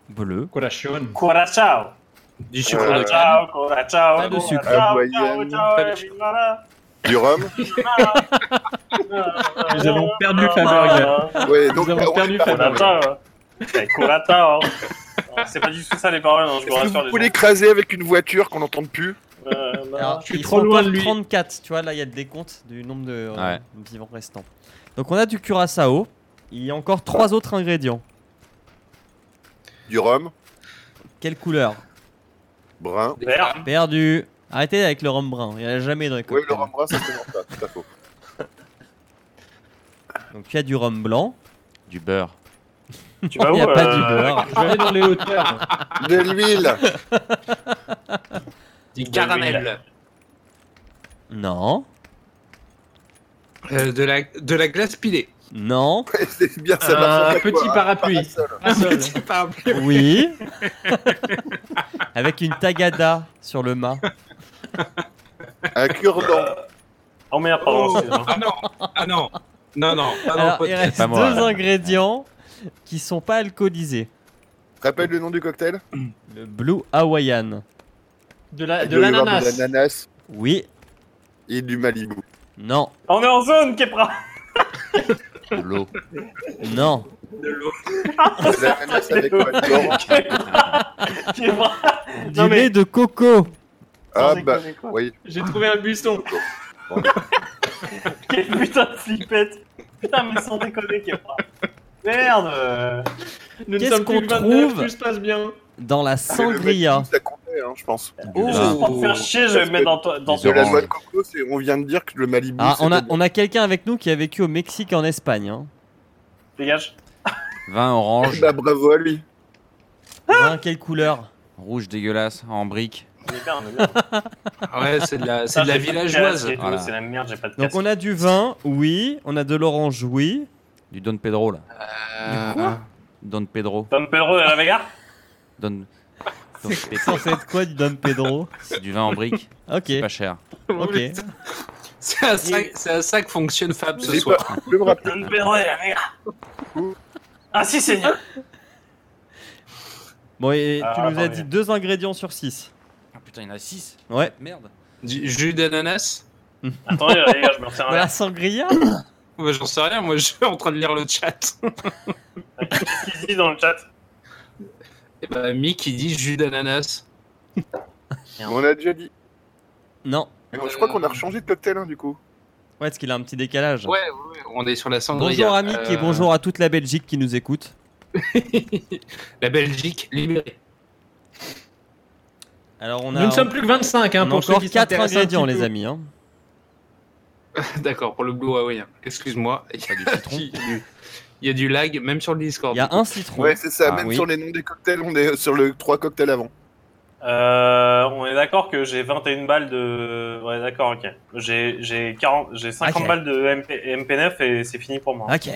[SPEAKER 2] bleu.
[SPEAKER 4] Curaçao.
[SPEAKER 3] Corachao
[SPEAKER 1] Du sucre
[SPEAKER 5] Euh,
[SPEAKER 1] de canne.
[SPEAKER 3] Corachao, Corachao
[SPEAKER 2] Pas de sucre.
[SPEAKER 5] Hawaïenne. Du rhum.
[SPEAKER 4] Nous avons
[SPEAKER 3] Oh
[SPEAKER 2] Ah.
[SPEAKER 4] perdu Faber. gars.
[SPEAKER 5] Ouais,
[SPEAKER 4] Nous
[SPEAKER 5] donc là,
[SPEAKER 4] avons
[SPEAKER 5] on
[SPEAKER 4] perdu
[SPEAKER 5] est pas-
[SPEAKER 4] Faber. gars.
[SPEAKER 3] Corachao Eh, Corachao Non, C'est pas du tout ça les paroles, non, je vous
[SPEAKER 5] Est-ce que
[SPEAKER 3] rassure.
[SPEAKER 5] vous
[SPEAKER 3] les
[SPEAKER 5] pouvez l'écraser avec une voiture qu'on n'entende plus
[SPEAKER 3] gens. Euh, non.
[SPEAKER 2] Alors,
[SPEAKER 4] Ah, Je suis
[SPEAKER 2] ils
[SPEAKER 4] trop
[SPEAKER 2] sont
[SPEAKER 4] loin
[SPEAKER 2] encore
[SPEAKER 4] de lui.
[SPEAKER 2] 34, tu vois, là, il y a des comptes du nombre de euh,
[SPEAKER 6] Ouais.
[SPEAKER 2] vivants restants. Donc, on a du curaçao. Il y a encore trois autres ingrédients.
[SPEAKER 5] Du rhum,
[SPEAKER 2] Quelle couleur
[SPEAKER 5] brun.
[SPEAKER 3] Vert.
[SPEAKER 2] Perdu. Arrêtez avec le rhum brun. Il n'y en a jamais dans les
[SPEAKER 5] Ouais,
[SPEAKER 2] cocktails.
[SPEAKER 5] le rhum brun, ça se commence pas, c'est pas faux.
[SPEAKER 2] Donc, il y a du rhum blanc.
[SPEAKER 6] Du beurre.
[SPEAKER 3] Tu vas
[SPEAKER 2] il
[SPEAKER 3] où
[SPEAKER 2] n'y a pas
[SPEAKER 3] euh,
[SPEAKER 2] du beurre.
[SPEAKER 4] Je vais dans les hauteurs.
[SPEAKER 5] De l'huile
[SPEAKER 1] Du caramel.
[SPEAKER 2] Non.
[SPEAKER 1] Euh, de, la, de la glace pilée.
[SPEAKER 2] Non.
[SPEAKER 5] C'est bien ça. marche en
[SPEAKER 4] Un
[SPEAKER 5] fait,
[SPEAKER 4] petit
[SPEAKER 5] quoi. hein.
[SPEAKER 4] parapluie.
[SPEAKER 5] Parasol.
[SPEAKER 4] Un seul.
[SPEAKER 1] C'est pas un blé.
[SPEAKER 2] Oui. Avec une tagada sur le mât.
[SPEAKER 5] Un cure-dent.
[SPEAKER 3] Oh merde, pardon. excuse-moi.
[SPEAKER 1] Ah non, ah non, non, non, ah non,
[SPEAKER 2] Alors,
[SPEAKER 1] pas-
[SPEAKER 2] il reste
[SPEAKER 6] pas moi,
[SPEAKER 2] deux
[SPEAKER 6] là.
[SPEAKER 2] ingrédients qui sont pas alcoolisés.
[SPEAKER 5] Rappelle le nom du cocktail
[SPEAKER 2] Le Blue Hawaiian.
[SPEAKER 4] De la- Ah,
[SPEAKER 5] Il
[SPEAKER 4] de
[SPEAKER 5] doit y avoir De
[SPEAKER 4] l'ananas.
[SPEAKER 5] l'ananas
[SPEAKER 2] Oui.
[SPEAKER 5] et du Malibu.
[SPEAKER 2] Non.
[SPEAKER 3] Ah, On est en zone, Kepra.
[SPEAKER 6] De L'eau.
[SPEAKER 2] Non.
[SPEAKER 1] de l'eau.
[SPEAKER 5] De l'ananas avec quoi de l'orange
[SPEAKER 3] Kepra.
[SPEAKER 2] Du
[SPEAKER 3] Non, mais-
[SPEAKER 2] lait de coco.
[SPEAKER 5] Ah
[SPEAKER 3] Sans
[SPEAKER 5] bah,
[SPEAKER 3] déconner, quoi.
[SPEAKER 5] oui.
[SPEAKER 4] J'ai trouvé un buisson.
[SPEAKER 3] Quelle putain de flippette. Putain, mais sans déconner, Kepra. Merde. euh.
[SPEAKER 4] Nous ne
[SPEAKER 2] Qu'est-ce
[SPEAKER 4] sommes plus
[SPEAKER 2] qu'on
[SPEAKER 4] que 29,
[SPEAKER 2] trouve
[SPEAKER 4] tout se passe bien.
[SPEAKER 2] Dans la sangria.
[SPEAKER 5] Ça comptait, hein, je pense.
[SPEAKER 2] Oh.
[SPEAKER 3] Oh. Juste pour te faire chier, je vais mettre dans toi- dans
[SPEAKER 6] Des
[SPEAKER 5] De
[SPEAKER 3] ton
[SPEAKER 5] la
[SPEAKER 6] oranges.
[SPEAKER 5] noix de coco, c'est- on vient de dire que le Malibu.
[SPEAKER 2] Ah, on a,
[SPEAKER 5] c'était
[SPEAKER 2] on a quelqu'un avec nous qui a vécu au Mexique et en Espagne. hein.
[SPEAKER 3] Dégage.
[SPEAKER 6] Vin
[SPEAKER 5] bon.
[SPEAKER 6] orange,
[SPEAKER 5] Bah, bravo à lui.
[SPEAKER 4] Ah
[SPEAKER 2] Vin, quelle couleur
[SPEAKER 6] rouge dégueulasse, en brique.
[SPEAKER 5] Ah,
[SPEAKER 3] On est bien, on est bien.
[SPEAKER 1] Ouais, c'est de la, c'est
[SPEAKER 3] Putain,
[SPEAKER 1] de la
[SPEAKER 3] j'ai Ah, pas de
[SPEAKER 1] villageoise.
[SPEAKER 3] casque et tout,
[SPEAKER 6] Voilà.
[SPEAKER 3] C'est la merde, j'ai pas de
[SPEAKER 2] Donc
[SPEAKER 3] casque.
[SPEAKER 2] on a du vin, oui. On a de l'orange, oui.
[SPEAKER 6] Du Don Pedro, là.
[SPEAKER 1] Euh,
[SPEAKER 6] Don Pedro.
[SPEAKER 3] Tom Perreux à la bagarre
[SPEAKER 6] Don... Don Pedro.
[SPEAKER 2] Ça fait être quoi du Don Pedro
[SPEAKER 6] C'est du vin en brique,
[SPEAKER 2] Ok,
[SPEAKER 6] pas cher.
[SPEAKER 2] ok.
[SPEAKER 1] C'est à, ça, c'est à ça que fonctionne Fab ce
[SPEAKER 5] J'ai
[SPEAKER 1] soir.
[SPEAKER 5] pas- Je me rappelle.
[SPEAKER 3] Tom Perreux à la bagarre Ah si, Seigneur
[SPEAKER 2] Bon, et tu
[SPEAKER 3] Ah,
[SPEAKER 2] nous as
[SPEAKER 3] pardon.
[SPEAKER 2] dit deux ingrédients sur six.
[SPEAKER 6] Ah putain, il y en a 6
[SPEAKER 2] Ouais.
[SPEAKER 6] Merde
[SPEAKER 1] Du jus d'ananas
[SPEAKER 3] Attendez, les gars, je me retiens
[SPEAKER 2] De la sangria
[SPEAKER 1] Moi, J'en sais rien, moi je suis en train de lire le chat.
[SPEAKER 3] Qu'est-ce qu'il dit dans le chat
[SPEAKER 1] Et bah, Mick il dit jus d'ananas.
[SPEAKER 5] On a déjà dit.
[SPEAKER 2] Non.
[SPEAKER 5] Mais non, je crois qu'on a rechangé de cocktail, hein, du coup.
[SPEAKER 2] Ouais, parce qu'il a un petit décalage.
[SPEAKER 1] Ouais, ouais, on est sur la sangria.
[SPEAKER 2] Bonjour Amic
[SPEAKER 1] Euh,
[SPEAKER 2] et bonjour à toute la Belgique qui nous écoute.
[SPEAKER 1] La Belgique libérée.
[SPEAKER 2] Alors on a,
[SPEAKER 4] Nous ne sommes plus que 25, hein,
[SPEAKER 2] on a
[SPEAKER 4] pour ceux
[SPEAKER 2] encore
[SPEAKER 4] qui
[SPEAKER 2] quatre
[SPEAKER 4] s'intéressent un
[SPEAKER 2] ingrédients
[SPEAKER 4] petit
[SPEAKER 2] les
[SPEAKER 4] peu.
[SPEAKER 2] amis. hein.
[SPEAKER 1] D'accord, pour le Blue Hawaiian. Excuse-moi. Il y a du citron. Il y a du lag, même sur le Discord.
[SPEAKER 2] Il y a un citron.
[SPEAKER 5] Ouais, c'est ça.
[SPEAKER 6] Ah,
[SPEAKER 5] Même
[SPEAKER 6] oui.
[SPEAKER 5] sur les noms des cocktails, on est euh, sur le trois cocktails avant.
[SPEAKER 3] Euh, on est d'accord que j'ai 21 balles de... Ouais, d'accord, ok. J'ai j'ai 40... J'ai 50
[SPEAKER 2] Ah, Ok. Ah.
[SPEAKER 3] balles de MP... MP9 et c'est fini pour moi.
[SPEAKER 2] Ok.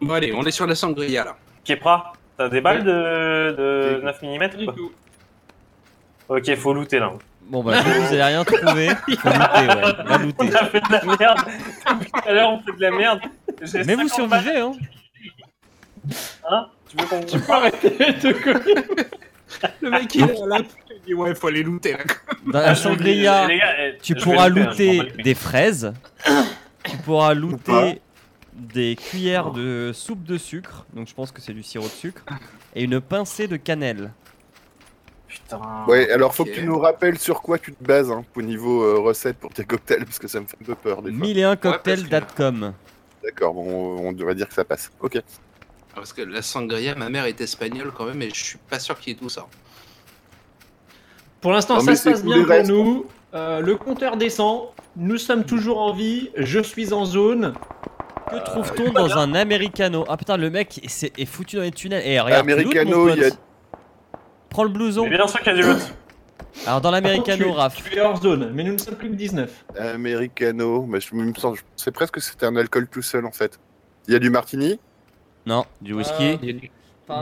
[SPEAKER 1] Bon, allez, on est sur la sangria là.
[SPEAKER 3] Kepra, t'as des balles de, de
[SPEAKER 5] Oui.
[SPEAKER 3] 9 mm Ok, faut looter là.
[SPEAKER 2] Bon bah vous, vous avez rien trouvé. Faut looter, ouais. Va looter.
[SPEAKER 3] On a fait de la merde. Depuis tout à l'heure, on fait de la merde. J'ai
[SPEAKER 2] Mais vous
[SPEAKER 3] 50 balles. hein.
[SPEAKER 2] survivez hein.
[SPEAKER 3] Tu veux qu'on-
[SPEAKER 4] Tu peux arrêter de coller.
[SPEAKER 1] Le mec il est là, il dit ouais, faut aller looter là.
[SPEAKER 2] Dans la
[SPEAKER 3] Je vous le dis,
[SPEAKER 2] sangria,
[SPEAKER 3] les gars, eh,
[SPEAKER 2] Ah, tu
[SPEAKER 3] je vais
[SPEAKER 2] pourras
[SPEAKER 3] looter, hein, je
[SPEAKER 2] looter
[SPEAKER 3] m'en bats les
[SPEAKER 2] des fraises. tu pourras
[SPEAKER 5] pas.
[SPEAKER 2] looter des cuillères de soupe de sucre. Donc je pense que c'est du sirop de sucre. Et une pincée de cannelle.
[SPEAKER 3] couilles. Putain.
[SPEAKER 5] Ouais, alors faut
[SPEAKER 1] Ok.
[SPEAKER 5] que tu nous rappelles sur quoi tu te bases hein, au niveau euh, recette pour tes cocktails, parce que ça me fait un peu peur des fois.
[SPEAKER 2] 1001
[SPEAKER 1] parce que-
[SPEAKER 2] cocktail.com.
[SPEAKER 5] D'accord, bon, on devrait dire que ça passe. Ok.
[SPEAKER 1] Ah, Parce que la sangria, ma mère est espagnole quand même, et je suis pas sûr qu'il y ait tout ça.
[SPEAKER 4] Pour l'instant,
[SPEAKER 5] Non,
[SPEAKER 4] ça
[SPEAKER 5] mais
[SPEAKER 4] se
[SPEAKER 5] c'est
[SPEAKER 4] passe
[SPEAKER 5] cool,
[SPEAKER 4] bien
[SPEAKER 5] les
[SPEAKER 4] pour
[SPEAKER 5] restes.
[SPEAKER 4] nous. Euh, le compteur descend. Nous sommes toujours en vie. Je suis en zone.
[SPEAKER 2] Que trouve-t-on dans un Americano Ah putain, le mec il s'est- est, foutu dans les tunnels. Et regarde,
[SPEAKER 5] Americano,
[SPEAKER 2] tu lootes, mon
[SPEAKER 5] il y a-
[SPEAKER 2] pote. Prends le blouson.
[SPEAKER 3] Mais bien sûr qu'il y a du loot.
[SPEAKER 2] Alors dans
[SPEAKER 4] Tu
[SPEAKER 2] l'Americano,
[SPEAKER 4] es-
[SPEAKER 2] Raph.
[SPEAKER 4] Tu es hors zone, mais nous ne sommes plus que 19.
[SPEAKER 5] Americano, mais je il me sens, c'est presque que c'était un alcool tout seul en fait. Il y a du martini,
[SPEAKER 2] Non,
[SPEAKER 6] Du whisky
[SPEAKER 1] Il y a du-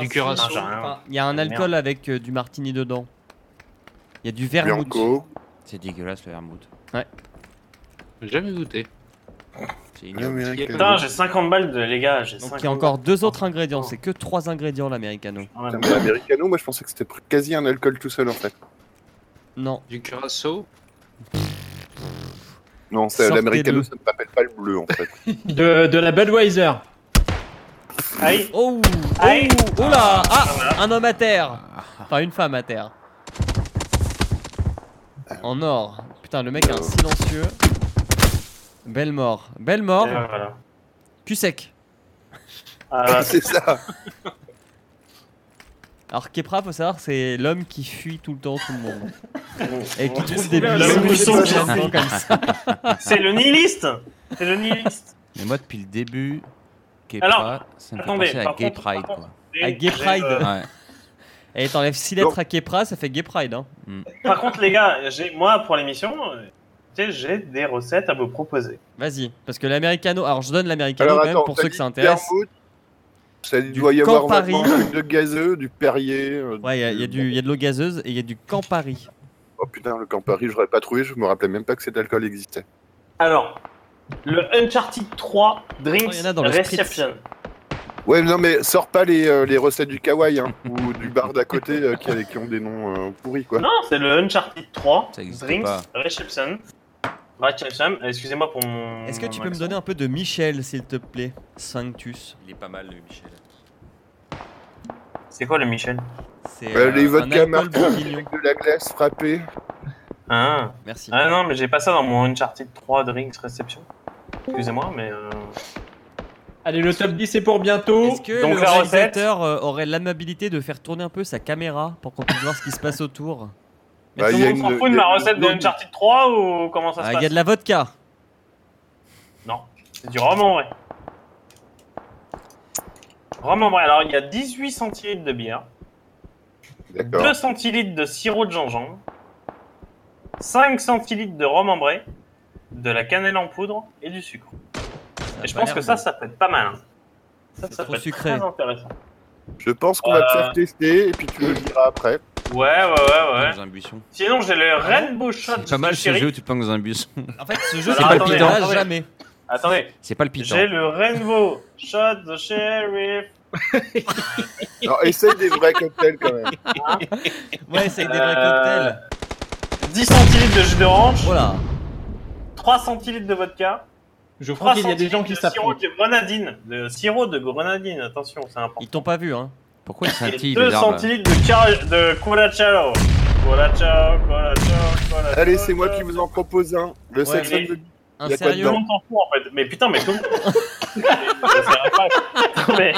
[SPEAKER 1] du curaçao.
[SPEAKER 3] Ah, j'ai rien.
[SPEAKER 2] Enfin, Il y a un alcool avec euh, du martini dedans. Il y a du vermouth.
[SPEAKER 5] bianco,
[SPEAKER 6] C'est dégueulasse le vermouth.
[SPEAKER 1] J'ai Jamais goûté.
[SPEAKER 6] C'est ignoble.
[SPEAKER 5] Americano.
[SPEAKER 3] Putain, j'ai 50 balles de les gars. J'ai
[SPEAKER 2] Donc
[SPEAKER 3] 50
[SPEAKER 2] il y a encore deux autres ingrédients. C'est que trois ingrédients l'Americano.
[SPEAKER 3] balles.
[SPEAKER 5] Putain, mais Americano, moi je pensais que c'était pr- quasi un alcool tout seul en fait.
[SPEAKER 2] Non.
[SPEAKER 1] Du curaçao.
[SPEAKER 5] Non, c'est-
[SPEAKER 2] Sortez-le.
[SPEAKER 5] l'Americano, ça me rappelle pas le bleu en fait.
[SPEAKER 4] De, de la Budweiser.
[SPEAKER 3] Ah, Aïe.
[SPEAKER 2] Oh Oh,
[SPEAKER 3] Aïe.
[SPEAKER 2] oh là Ah Un homme à terre Enfin, une femme à terre. En or. Putain, le mec a un silencieux. Belle mort. Belle mort.
[SPEAKER 3] Et voilà.
[SPEAKER 2] Cul sec.
[SPEAKER 3] Ah, bah,
[SPEAKER 5] c'est ça.
[SPEAKER 2] Alors, Kepra, faut savoir, c'est l'homme qui fuit tout le temps tout le monde. Et qui trouve des
[SPEAKER 4] L'homme
[SPEAKER 3] qui
[SPEAKER 2] buissons
[SPEAKER 3] fuit.
[SPEAKER 2] comme ça.
[SPEAKER 3] C'est le nihiliste C'est le nihiliste
[SPEAKER 6] Mais moi, depuis le début, Kepra,
[SPEAKER 3] Alors,
[SPEAKER 6] ça me
[SPEAKER 3] attendez,
[SPEAKER 6] fait penser à
[SPEAKER 3] par
[SPEAKER 6] Gay
[SPEAKER 3] contre,
[SPEAKER 6] Pride,
[SPEAKER 3] par
[SPEAKER 6] quoi.
[SPEAKER 2] À Gay
[SPEAKER 3] J'ai,
[SPEAKER 2] Pride.
[SPEAKER 3] euh,
[SPEAKER 6] Ouais.
[SPEAKER 2] Et t'enlèves 6 lettres à Kepra, ça fait Gay Pride. Hein.
[SPEAKER 3] Par contre, les gars, j'ai moi pour l'émission, euh, Écoutez, j'ai des recettes à vous proposer.
[SPEAKER 2] Vas-y, parce que l'americano. Alors je donne l'americano quand même pour
[SPEAKER 5] t'as
[SPEAKER 2] ceux
[SPEAKER 5] dit
[SPEAKER 2] que ça intéresse.
[SPEAKER 5] Vermouth, Ça
[SPEAKER 2] Du
[SPEAKER 5] doit y avoir
[SPEAKER 2] Campari.
[SPEAKER 5] maintenant un truc de gazeux, du Perrier. euh,
[SPEAKER 2] Ouais, il y a, y a du- y a de l'eau gazeuse et il y a du Campari.
[SPEAKER 5] Oh putain, le Campari, j'aurais pas trouvé, je me rappelais même pas que cet alcool existait.
[SPEAKER 3] Alors, le Uncharted 3 Drinks
[SPEAKER 2] Oh, il y en a dans le
[SPEAKER 3] Reception.
[SPEAKER 5] Ouais, non, mais sors pas les, euh, les recettes du kawaii hein, ou du bar d'à côté euh, qui, qui ont des noms euh, pourris, quoi.
[SPEAKER 3] Non, c'est le Uncharted 3
[SPEAKER 6] Ça existe
[SPEAKER 3] Drinks
[SPEAKER 6] pas.
[SPEAKER 3] Reception. Reception, excusez-moi pour mon.
[SPEAKER 2] Est-ce que tu
[SPEAKER 3] mon
[SPEAKER 2] peux me
[SPEAKER 3] accent.
[SPEAKER 2] donner un peu de Michel, s'il te plaît Sanctus.
[SPEAKER 6] Il est pas mal, le Michel.
[SPEAKER 3] C'est quoi le Michel
[SPEAKER 2] C'est
[SPEAKER 5] Euh, les
[SPEAKER 2] euh, un
[SPEAKER 5] vodka
[SPEAKER 2] alcool
[SPEAKER 5] martin
[SPEAKER 2] bourguignon.
[SPEAKER 5] avec de la glace frappée.
[SPEAKER 3] ah.
[SPEAKER 2] Merci.
[SPEAKER 3] ah non, mais j'ai pas ça dans mon Uncharted 3 Drinks Reception. Excusez-moi, mais. euh,
[SPEAKER 4] Allez, le top 10 c'est pour bientôt.
[SPEAKER 2] Est-ce que
[SPEAKER 3] oh, Donc,
[SPEAKER 2] le
[SPEAKER 3] la recette-
[SPEAKER 2] réalisateur euh, aurait l'amabilité de faire tourner un peu sa caméra pour qu'on puisse voir ce qui se passe autour
[SPEAKER 3] Mais
[SPEAKER 5] Bah,
[SPEAKER 3] tout
[SPEAKER 5] il y
[SPEAKER 3] le
[SPEAKER 5] a
[SPEAKER 3] monde s'en
[SPEAKER 5] une-
[SPEAKER 3] fout
[SPEAKER 5] il
[SPEAKER 3] de
[SPEAKER 5] y a
[SPEAKER 3] ma
[SPEAKER 5] une-
[SPEAKER 3] recette de Uncharted 3 ou comment ça
[SPEAKER 2] Ah,
[SPEAKER 3] se
[SPEAKER 2] Il
[SPEAKER 3] passe
[SPEAKER 2] y a de la vodka.
[SPEAKER 3] C'est du rhum en vrai. Rhum en vrai. Alors, il y a 18 centilitres de bière,
[SPEAKER 5] D'accord.
[SPEAKER 3] 2 centilitres de sirop de gingembre, 5 centilitres de rhum en vrai, de la cannelle en poudre et du sucre.
[SPEAKER 2] a
[SPEAKER 3] Et je
[SPEAKER 2] pas
[SPEAKER 3] pense
[SPEAKER 2] l'air
[SPEAKER 3] que ça,
[SPEAKER 2] bon.
[SPEAKER 3] ça peut être pas mal. hein. Ça,
[SPEAKER 2] C'est
[SPEAKER 3] ça
[SPEAKER 2] trop
[SPEAKER 3] peut être
[SPEAKER 2] sucré.
[SPEAKER 3] très intéressant.
[SPEAKER 5] Je pense qu'on va te
[SPEAKER 2] Euh.
[SPEAKER 5] faire tester et puis tu me le diras après.
[SPEAKER 3] Ouais, ouais, ouais, ouais.
[SPEAKER 6] Dans un buisson.
[SPEAKER 3] Sinon, j'ai le Rainbow Shot.
[SPEAKER 6] C'est pas mal
[SPEAKER 3] de
[SPEAKER 6] ce
[SPEAKER 3] chéri.
[SPEAKER 6] jeu où tu te planques dans un buisson.
[SPEAKER 2] En fait, ce jeu,
[SPEAKER 3] Alors,
[SPEAKER 2] c'est pas
[SPEAKER 3] attendez, attendez.
[SPEAKER 2] jamais.
[SPEAKER 3] Attendez,
[SPEAKER 6] C'est pas le piton.
[SPEAKER 3] j'ai le Rainbow Shot the Sheriff.
[SPEAKER 5] Alors, essaye des vrais cocktails quand même.
[SPEAKER 2] Ouais, c'est avec des
[SPEAKER 3] Euh,
[SPEAKER 2] vrais cocktails.
[SPEAKER 3] 10 centilitres de jus d'orange,
[SPEAKER 2] Voilà.
[SPEAKER 3] 3 centilitres de vodka.
[SPEAKER 4] Je crois
[SPEAKER 3] 3
[SPEAKER 4] qu'il y a des gens
[SPEAKER 3] centilitres
[SPEAKER 4] qui
[SPEAKER 3] de sirop
[SPEAKER 4] s'affrontent.
[SPEAKER 3] de grenadine. Le sirop de grenadine, attention, c'est important.
[SPEAKER 2] Ils t'ont pas vu, hein.
[SPEAKER 6] Pourquoi il
[SPEAKER 3] Et
[SPEAKER 6] scintille,
[SPEAKER 3] 2
[SPEAKER 6] les arbres là
[SPEAKER 3] centilitres de, car- de colacao. Colacao, colacao, colacao.
[SPEAKER 5] Allez, c'est moi qui vous en propose un. Le
[SPEAKER 2] Ouais,
[SPEAKER 5] sex on
[SPEAKER 3] mais-
[SPEAKER 5] the-
[SPEAKER 2] Un
[SPEAKER 5] Y a quoi
[SPEAKER 3] Tout
[SPEAKER 2] sérieux.
[SPEAKER 3] le monde s'en fout en fait. Mais putain, mais comment Ça sert à pas. Non, mais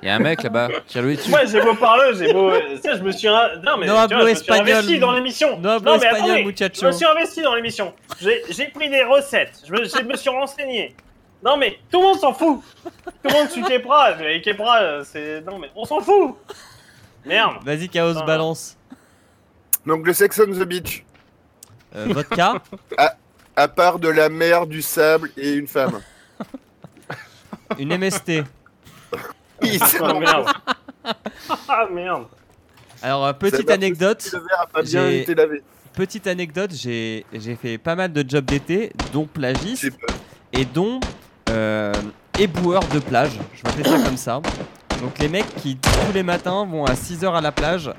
[SPEAKER 6] Il y a un mec là-bas. Tire-lui dessus.
[SPEAKER 3] moi j'ai beau parler, j'ai beau. Ça, je me suis. ra- Non,
[SPEAKER 2] No
[SPEAKER 3] mais tu vois,
[SPEAKER 2] hablo
[SPEAKER 3] je me suis
[SPEAKER 2] espagnol.
[SPEAKER 3] investi dans l'émission.
[SPEAKER 2] Noble
[SPEAKER 3] Non, mais
[SPEAKER 2] espagnol,
[SPEAKER 3] attendez, Je
[SPEAKER 2] muchacho.
[SPEAKER 3] me suis investi dans l'émission. J'ai j'ai pris des recettes. Je me, je me suis renseigné. Non, mais tout le monde s'en fout. Tout le monde suit Kepra. Et Kepra, euh, c'est. Non, mais on s'en fout. Merde.
[SPEAKER 2] Vas-y, Chaos,
[SPEAKER 3] Putain.
[SPEAKER 2] balance.
[SPEAKER 5] Donc, le Sex on the Beach,
[SPEAKER 2] Euh, vodka.
[SPEAKER 5] à part de la mer, du sable et une femme.
[SPEAKER 2] Une MST.
[SPEAKER 5] Oui, c'est
[SPEAKER 3] Ah,
[SPEAKER 5] bon.
[SPEAKER 3] merde. Ah, merde.
[SPEAKER 2] Alors, euh,
[SPEAKER 5] Ça
[SPEAKER 2] petite
[SPEAKER 5] va,
[SPEAKER 2] anecdote.
[SPEAKER 5] Le verre a pas bien
[SPEAKER 2] J'ai-
[SPEAKER 5] été lavé.
[SPEAKER 2] Petite anecdote, j'ai j'ai fait pas mal de jobs d'été, dont plagiste
[SPEAKER 5] J'ai peur.
[SPEAKER 2] et dont euh, éboueur de plage. Je m'appelais ça comme ça. Donc, les mecs qui tous les matins vont à 6h à la plage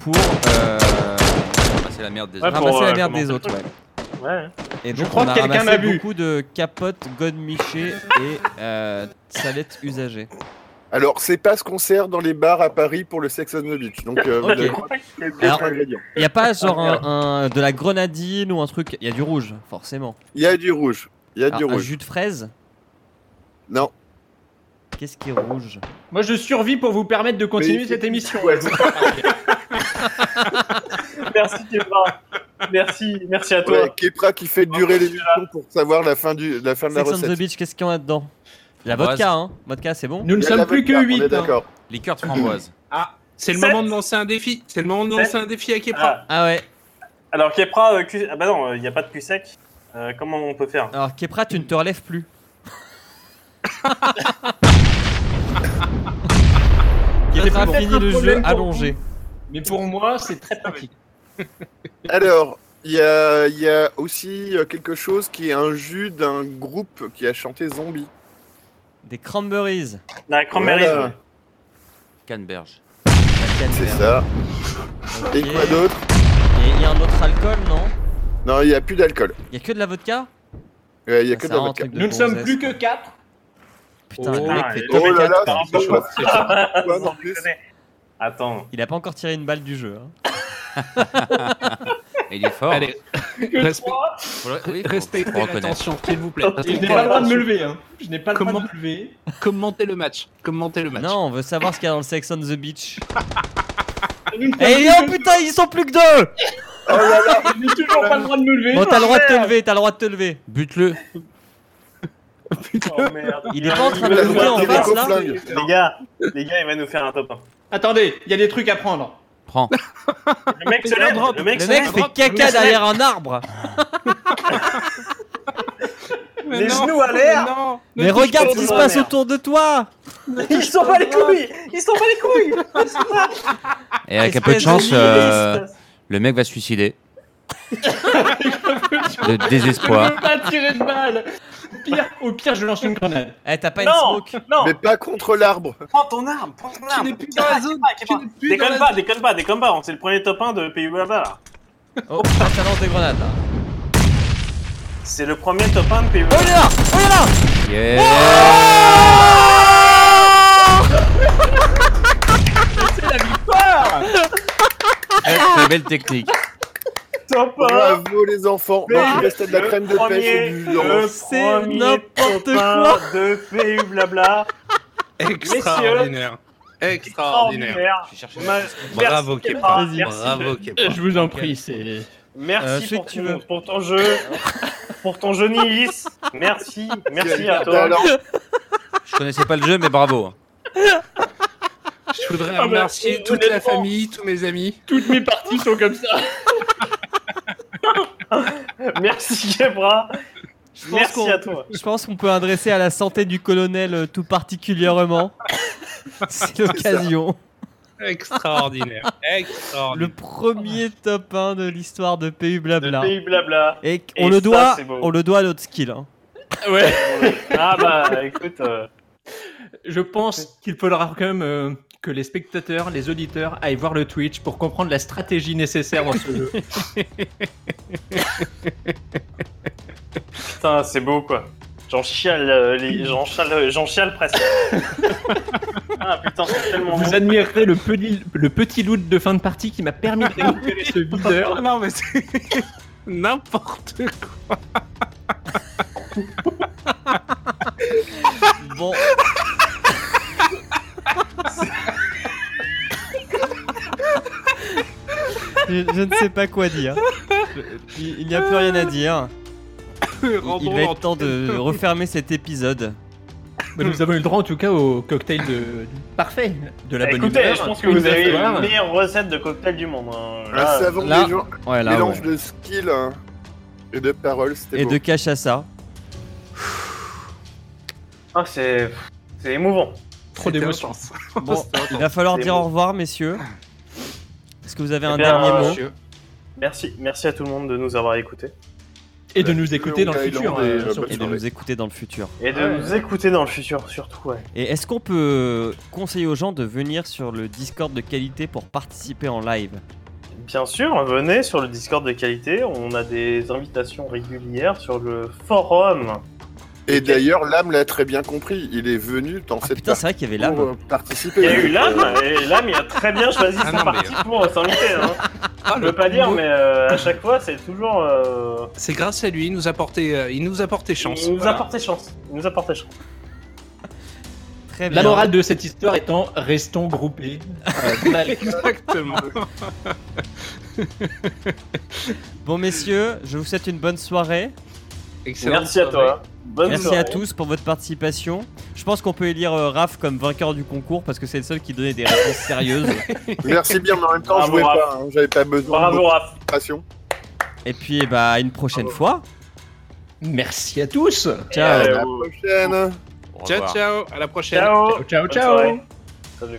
[SPEAKER 2] pour euh,
[SPEAKER 6] Ah, c'est la merde des
[SPEAKER 3] Ouais,
[SPEAKER 6] arbres.
[SPEAKER 3] pour,
[SPEAKER 2] ramasser
[SPEAKER 3] euh,
[SPEAKER 2] la merde
[SPEAKER 3] commencer
[SPEAKER 2] des
[SPEAKER 3] le
[SPEAKER 2] autres.
[SPEAKER 3] truc.
[SPEAKER 2] ouais.
[SPEAKER 3] Ouais.
[SPEAKER 2] Et
[SPEAKER 4] Je
[SPEAKER 2] donc,
[SPEAKER 4] crois
[SPEAKER 2] on a
[SPEAKER 4] que quelqu'un
[SPEAKER 2] ramassé
[SPEAKER 4] m'a vu.
[SPEAKER 2] beaucoup de capotes, godemichés et euh, salettes usagées.
[SPEAKER 5] Alors, c'est pas ce qu'on sert dans les bars à Paris pour le Sex on the Beach. Donc, euh, vous
[SPEAKER 2] Ok.
[SPEAKER 5] avez trois- quelques
[SPEAKER 2] Alors-
[SPEAKER 5] ingrédients.
[SPEAKER 2] Il y a pas genre
[SPEAKER 5] Ah,
[SPEAKER 2] un, un- de la grenadine ou un truc. Il y a du rouge, forcément.
[SPEAKER 5] Il y a du rouge. Il y a du
[SPEAKER 2] Alors, un
[SPEAKER 5] rouge.
[SPEAKER 2] jus de fraise.
[SPEAKER 5] Non.
[SPEAKER 2] Qu'est-ce qui est rouge
[SPEAKER 4] Moi je survis pour vous permettre de continuer
[SPEAKER 5] Mais-
[SPEAKER 4] cette émission.
[SPEAKER 5] Ouais.
[SPEAKER 3] Merci, Kepra. Merci, merci à toi.
[SPEAKER 5] Ouais, Kepra qui fait durer l'émission pour savoir la fin, du, la fin de la
[SPEAKER 2] Sex on the
[SPEAKER 5] recette.
[SPEAKER 2] Beach, qu'est-ce qu'il y en a dedans La
[SPEAKER 6] Framboise.
[SPEAKER 2] vodka, hein Vodka, c'est bon
[SPEAKER 4] Nous ne
[SPEAKER 5] Il y a de la
[SPEAKER 4] sommes plus que
[SPEAKER 5] vodka, on
[SPEAKER 4] 8.
[SPEAKER 2] hein.
[SPEAKER 5] est D'accord.
[SPEAKER 6] Liqueur de framboise.
[SPEAKER 1] C'est le
[SPEAKER 3] Sept.
[SPEAKER 1] moment de lancer un défi. C'est le moment de lancer un défi à Kepra.
[SPEAKER 3] Ah,
[SPEAKER 2] Ah ouais.
[SPEAKER 3] alors, Kepra, euh, cul- ah bah non, il n'y a pas de cul sec. Euh, comment on peut faire
[SPEAKER 2] Alors, Kepra, tu ne te relèves plus. Kepra
[SPEAKER 4] peut-être
[SPEAKER 2] finit
[SPEAKER 4] un
[SPEAKER 2] le jeu
[SPEAKER 4] problème pour
[SPEAKER 2] allongé.
[SPEAKER 4] Mais pour moi, c'est
[SPEAKER 5] Ah
[SPEAKER 4] très pratique.
[SPEAKER 5] Alors, il y a, il y a aussi euh, quelque chose qui est un jus d'un groupe qui a chanté Zombie.
[SPEAKER 2] Des cranberries.
[SPEAKER 3] La cranberry.
[SPEAKER 5] Voilà.
[SPEAKER 6] Canneberge.
[SPEAKER 5] C'est ça.
[SPEAKER 2] Ok.
[SPEAKER 5] Et quoi d'autre
[SPEAKER 2] Et il y a un autre alcool, non
[SPEAKER 5] Non, il n'y a plus d'alcool.
[SPEAKER 2] Il y a que de la vodka
[SPEAKER 5] Ouais, Il y
[SPEAKER 2] Ah,
[SPEAKER 5] a que
[SPEAKER 2] ça
[SPEAKER 5] de la
[SPEAKER 2] rend un
[SPEAKER 5] vodka.
[SPEAKER 2] truc de
[SPEAKER 4] Nous ne sommes
[SPEAKER 2] gonzesse,
[SPEAKER 4] plus
[SPEAKER 2] quoi.
[SPEAKER 4] que 4.
[SPEAKER 2] Putain,
[SPEAKER 4] Oh.
[SPEAKER 2] le mec fait
[SPEAKER 3] Ah,
[SPEAKER 2] comme
[SPEAKER 5] Oh là
[SPEAKER 2] un
[SPEAKER 5] là,
[SPEAKER 2] quatre, par
[SPEAKER 5] c'est
[SPEAKER 2] exemple.
[SPEAKER 5] chaud. C'est
[SPEAKER 2] euh,
[SPEAKER 5] chaud,
[SPEAKER 3] Vous
[SPEAKER 5] en plus.
[SPEAKER 3] connaissez. Attends.
[SPEAKER 2] Il a pas encore tiré une balle du jeu. hein.
[SPEAKER 6] Et il est fort.
[SPEAKER 1] Allez, respect-
[SPEAKER 6] Faut le- oui, faut-
[SPEAKER 1] respectez
[SPEAKER 6] faut reconnaître.
[SPEAKER 1] l'attention, s'il vous plaît.
[SPEAKER 4] Et je n'ai
[SPEAKER 1] Respectez
[SPEAKER 4] pas le droit de me
[SPEAKER 1] l'attention.
[SPEAKER 4] lever. Hein. Je n'ai pas le droit
[SPEAKER 1] Comment
[SPEAKER 4] de me lever.
[SPEAKER 1] Commentez le match. Commentez le match.
[SPEAKER 2] Non, on veut savoir ce qu'il y a dans le Sex on the Beach.
[SPEAKER 4] Nous ne sommes
[SPEAKER 2] Eh
[SPEAKER 4] plus
[SPEAKER 2] oh
[SPEAKER 4] que-
[SPEAKER 2] putain, ils sont plus que deux
[SPEAKER 5] Oh
[SPEAKER 4] Je n'ai toujours pas le droit de me lever.
[SPEAKER 2] Bon, t'as le droit de te lever, t'as le droit de te lever.
[SPEAKER 6] Bute-le.
[SPEAKER 3] Oh, merde.
[SPEAKER 2] Il est pas en train de
[SPEAKER 5] Il va
[SPEAKER 2] nous
[SPEAKER 5] nous
[SPEAKER 2] dire en
[SPEAKER 5] tirer
[SPEAKER 2] face
[SPEAKER 5] au
[SPEAKER 2] là
[SPEAKER 5] flingue.
[SPEAKER 3] Les gars, les gars, il va nous faire un top 1.
[SPEAKER 4] Attendez, il y a des trucs à prendre.
[SPEAKER 6] Prends.
[SPEAKER 3] Le mec se lève. Le mec,
[SPEAKER 2] Le
[SPEAKER 3] se
[SPEAKER 2] mec
[SPEAKER 3] lève.
[SPEAKER 2] fait
[SPEAKER 1] Le mec
[SPEAKER 2] caca
[SPEAKER 1] se
[SPEAKER 2] derrière un arbre
[SPEAKER 3] Les genoux à l'air.
[SPEAKER 2] Mais regarde ce qui se
[SPEAKER 3] pas
[SPEAKER 2] passe
[SPEAKER 3] merde.
[SPEAKER 2] autour de toi
[SPEAKER 3] Ils sont pas les couilles Ils sont pas les couilles Ils sont là.
[SPEAKER 6] Et avec un peu de
[SPEAKER 2] Espèce
[SPEAKER 6] chance,
[SPEAKER 3] Ils sont
[SPEAKER 6] euh,
[SPEAKER 3] nihilistes.
[SPEAKER 6] le mec va se suicider. de désespoir.
[SPEAKER 4] peux pas tirer de balle. Pire, au pire, je lance une grenade.
[SPEAKER 2] Eh, t'as pas une
[SPEAKER 3] Non.
[SPEAKER 2] smoke
[SPEAKER 3] Non,
[SPEAKER 5] Mais pas contre l'arbre.
[SPEAKER 3] prends ton arme, prends ton arme. Déconne pas, déconne pas, déconne pas. C'est le premier top 1 de Pays Blabla. là.
[SPEAKER 2] Oh, putain, ça lance des grenades, là.
[SPEAKER 3] C'est le premier top 1 de Pays
[SPEAKER 2] Oh, il est là Oh, il est là
[SPEAKER 6] Yeah. Très, très belle technique.
[SPEAKER 3] Top 1
[SPEAKER 5] Bravo les enfants.
[SPEAKER 3] Mais
[SPEAKER 5] Donc il restait de la
[SPEAKER 3] le
[SPEAKER 5] crème de pêche et
[SPEAKER 3] premier, Euh,
[SPEAKER 5] du jus
[SPEAKER 3] le
[SPEAKER 5] d'orange.
[SPEAKER 2] C'est
[SPEAKER 3] premier
[SPEAKER 2] n'importe
[SPEAKER 3] top 1 de Pays Blabla.
[SPEAKER 1] Extraordinaire. Extraordinaire.
[SPEAKER 3] Extraordinaire.
[SPEAKER 6] Je cherche
[SPEAKER 3] Ma-
[SPEAKER 1] Bravo,
[SPEAKER 3] merci,
[SPEAKER 1] Kepa.
[SPEAKER 3] Kepa. Merci.
[SPEAKER 1] Bravo, Kepa.
[SPEAKER 4] Je vous en prie, c'est.
[SPEAKER 2] Euh,
[SPEAKER 3] Merci
[SPEAKER 2] celui
[SPEAKER 3] pour,
[SPEAKER 2] que
[SPEAKER 3] ton,
[SPEAKER 2] tu veux.
[SPEAKER 3] pour ton jeu, pour ton jeu Nilis. Merci, merci à toi.
[SPEAKER 5] Alors,
[SPEAKER 6] Je connaissais pas le jeu, mais bravo.
[SPEAKER 1] Je voudrais
[SPEAKER 4] Ah bah,
[SPEAKER 1] remercier toute la
[SPEAKER 4] honnêtement.
[SPEAKER 1] famille, tous mes amis.
[SPEAKER 4] Toutes mes parties sont comme ça.
[SPEAKER 3] Merci Kebra.
[SPEAKER 2] Je pense
[SPEAKER 3] Merci
[SPEAKER 2] qu'on-
[SPEAKER 3] à toi.
[SPEAKER 2] Je pense qu'on peut adresser à la santé du colonel euh, tout particulièrement. C'est l'occasion.
[SPEAKER 1] Extraordinaire.
[SPEAKER 2] Le
[SPEAKER 1] Extraordinaire.
[SPEAKER 2] premier top 1 de l'histoire de PU
[SPEAKER 3] De
[SPEAKER 2] Blabla.
[SPEAKER 3] pays blabla.
[SPEAKER 2] Et qu- on
[SPEAKER 3] Et
[SPEAKER 2] le
[SPEAKER 3] ça,
[SPEAKER 2] doit,
[SPEAKER 3] c'est beau.
[SPEAKER 2] on le doit à notre skill. hein.
[SPEAKER 4] Ouais.
[SPEAKER 3] Ah bah écoute, euh,
[SPEAKER 4] Je pense qu'il faudra quand même euh, que les spectateurs, les auditeurs aillent voir le Twitch pour comprendre la stratégie nécessaire dans ce jeu.
[SPEAKER 3] putain, c'est beau quoi. J'en chiale, euh, les- j'en chiale, j'en chiale presque. ah putain, c'est tellement beau.
[SPEAKER 4] Vous admirerez le petit, le petit loot de fin de partie qui m'a permis de récupérer ce videur.
[SPEAKER 1] Non, mais c'est n'importe quoi.
[SPEAKER 2] Bon, je, je ne sais pas quoi dire. Je- il il n'y a plus rien à dire. Il, il
[SPEAKER 1] Rendons
[SPEAKER 2] va
[SPEAKER 1] l'antenne.
[SPEAKER 2] être temps de refermer cet épisode.
[SPEAKER 4] Bah, nous avons eu le droit en tout cas au cocktail de parfait, de la bonne
[SPEAKER 3] Écoutez,
[SPEAKER 4] humeur.
[SPEAKER 3] je pense que
[SPEAKER 4] Une Ah,
[SPEAKER 3] vous avez
[SPEAKER 4] affaire.
[SPEAKER 3] une meilleure recette de cocktail du monde. hein.
[SPEAKER 5] un
[SPEAKER 3] Là,
[SPEAKER 5] savant
[SPEAKER 2] là.
[SPEAKER 5] des gens,
[SPEAKER 2] Ouais, là,
[SPEAKER 5] mélange
[SPEAKER 2] ouais.
[SPEAKER 5] de skill hein, et de paroles, c'était
[SPEAKER 2] Et
[SPEAKER 5] beau.
[SPEAKER 2] de Kachassa.
[SPEAKER 3] ah, c'est, c'est émouvant.
[SPEAKER 4] Trop
[SPEAKER 1] C'était
[SPEAKER 4] d'émotions.
[SPEAKER 1] intense.
[SPEAKER 2] Bon,
[SPEAKER 1] C'était
[SPEAKER 2] il
[SPEAKER 1] intense.
[SPEAKER 2] va falloir
[SPEAKER 3] C'est
[SPEAKER 2] dire
[SPEAKER 3] beau.
[SPEAKER 2] au revoir, messieurs. Est-ce que vous avez
[SPEAKER 3] Eh
[SPEAKER 2] un
[SPEAKER 3] bien,
[SPEAKER 2] dernier
[SPEAKER 3] euh,
[SPEAKER 2] mot
[SPEAKER 1] Monsieur.
[SPEAKER 3] Merci, merci à tout le monde de nous avoir écoutés
[SPEAKER 4] Et de nous écouter dans le
[SPEAKER 5] Longue
[SPEAKER 4] futur.
[SPEAKER 5] Island et,
[SPEAKER 4] euh,
[SPEAKER 5] euh,
[SPEAKER 4] surtout.
[SPEAKER 2] et de nous écouter dans le futur.
[SPEAKER 3] et de
[SPEAKER 4] Ouais.
[SPEAKER 3] nous écouter dans le futur surtout. Ouais.
[SPEAKER 2] Et est-ce qu'on peut conseiller aux gens de venir sur le Discord de qualité pour participer en live
[SPEAKER 3] Bien sûr, venez sur le Discord de qualité. On a des invitations régulières sur le forum.
[SPEAKER 5] Et d'ailleurs, l'âme l'a très bien compris. Il est venu dans
[SPEAKER 2] Ah
[SPEAKER 5] cette
[SPEAKER 2] putain, c'est vrai qu'il y avait
[SPEAKER 5] partie
[SPEAKER 2] l'âme.
[SPEAKER 5] pour euh, participer.
[SPEAKER 3] Il y a eu l'âme, et l'âme il a très bien choisi
[SPEAKER 1] Ah
[SPEAKER 3] son
[SPEAKER 1] non, mais-
[SPEAKER 3] parti pour s'inviter. Hein.
[SPEAKER 1] Ah,
[SPEAKER 3] Je
[SPEAKER 1] le
[SPEAKER 3] veux pas
[SPEAKER 1] mot-
[SPEAKER 3] dire, mais euh, à chaque fois, c'est toujours. euh,
[SPEAKER 1] C'est grâce à lui, il nous a porté, euh, il nous a porté chance.
[SPEAKER 3] Il nous
[SPEAKER 1] Voilà.
[SPEAKER 3] apportait chance. Il nous apportait chance.
[SPEAKER 2] Très bien.
[SPEAKER 4] La morale de cette histoire étant restons groupés.
[SPEAKER 1] Exactement.
[SPEAKER 2] Bon, messieurs, je vous souhaite une bonne soirée.
[SPEAKER 1] Excellent.
[SPEAKER 3] Merci à toi. Bonne
[SPEAKER 2] Merci
[SPEAKER 3] soirée.
[SPEAKER 2] à tous pour votre participation. Je pense qu'on peut élire euh, Raph comme vainqueur du concours parce que c'est le seul qui donnait des réponses sérieuses.
[SPEAKER 5] Merci bien, mais en même temps,
[SPEAKER 3] Bravo,
[SPEAKER 5] je jouais
[SPEAKER 3] Raph.
[SPEAKER 5] pas. hein, J'avais pas besoin de
[SPEAKER 3] Bravo Raph.
[SPEAKER 5] concentration.
[SPEAKER 2] Et puis, eh bah, à une prochaine fois.
[SPEAKER 4] Merci à tous.
[SPEAKER 2] Ciao.
[SPEAKER 5] À
[SPEAKER 3] Euh,
[SPEAKER 5] la prochaine.
[SPEAKER 6] Au
[SPEAKER 1] Ciao,
[SPEAKER 6] revoir.
[SPEAKER 1] ciao. À la prochaine.
[SPEAKER 3] Ciao.
[SPEAKER 4] Ciao, ciao,
[SPEAKER 3] Bonne
[SPEAKER 4] ciao.
[SPEAKER 3] soirée.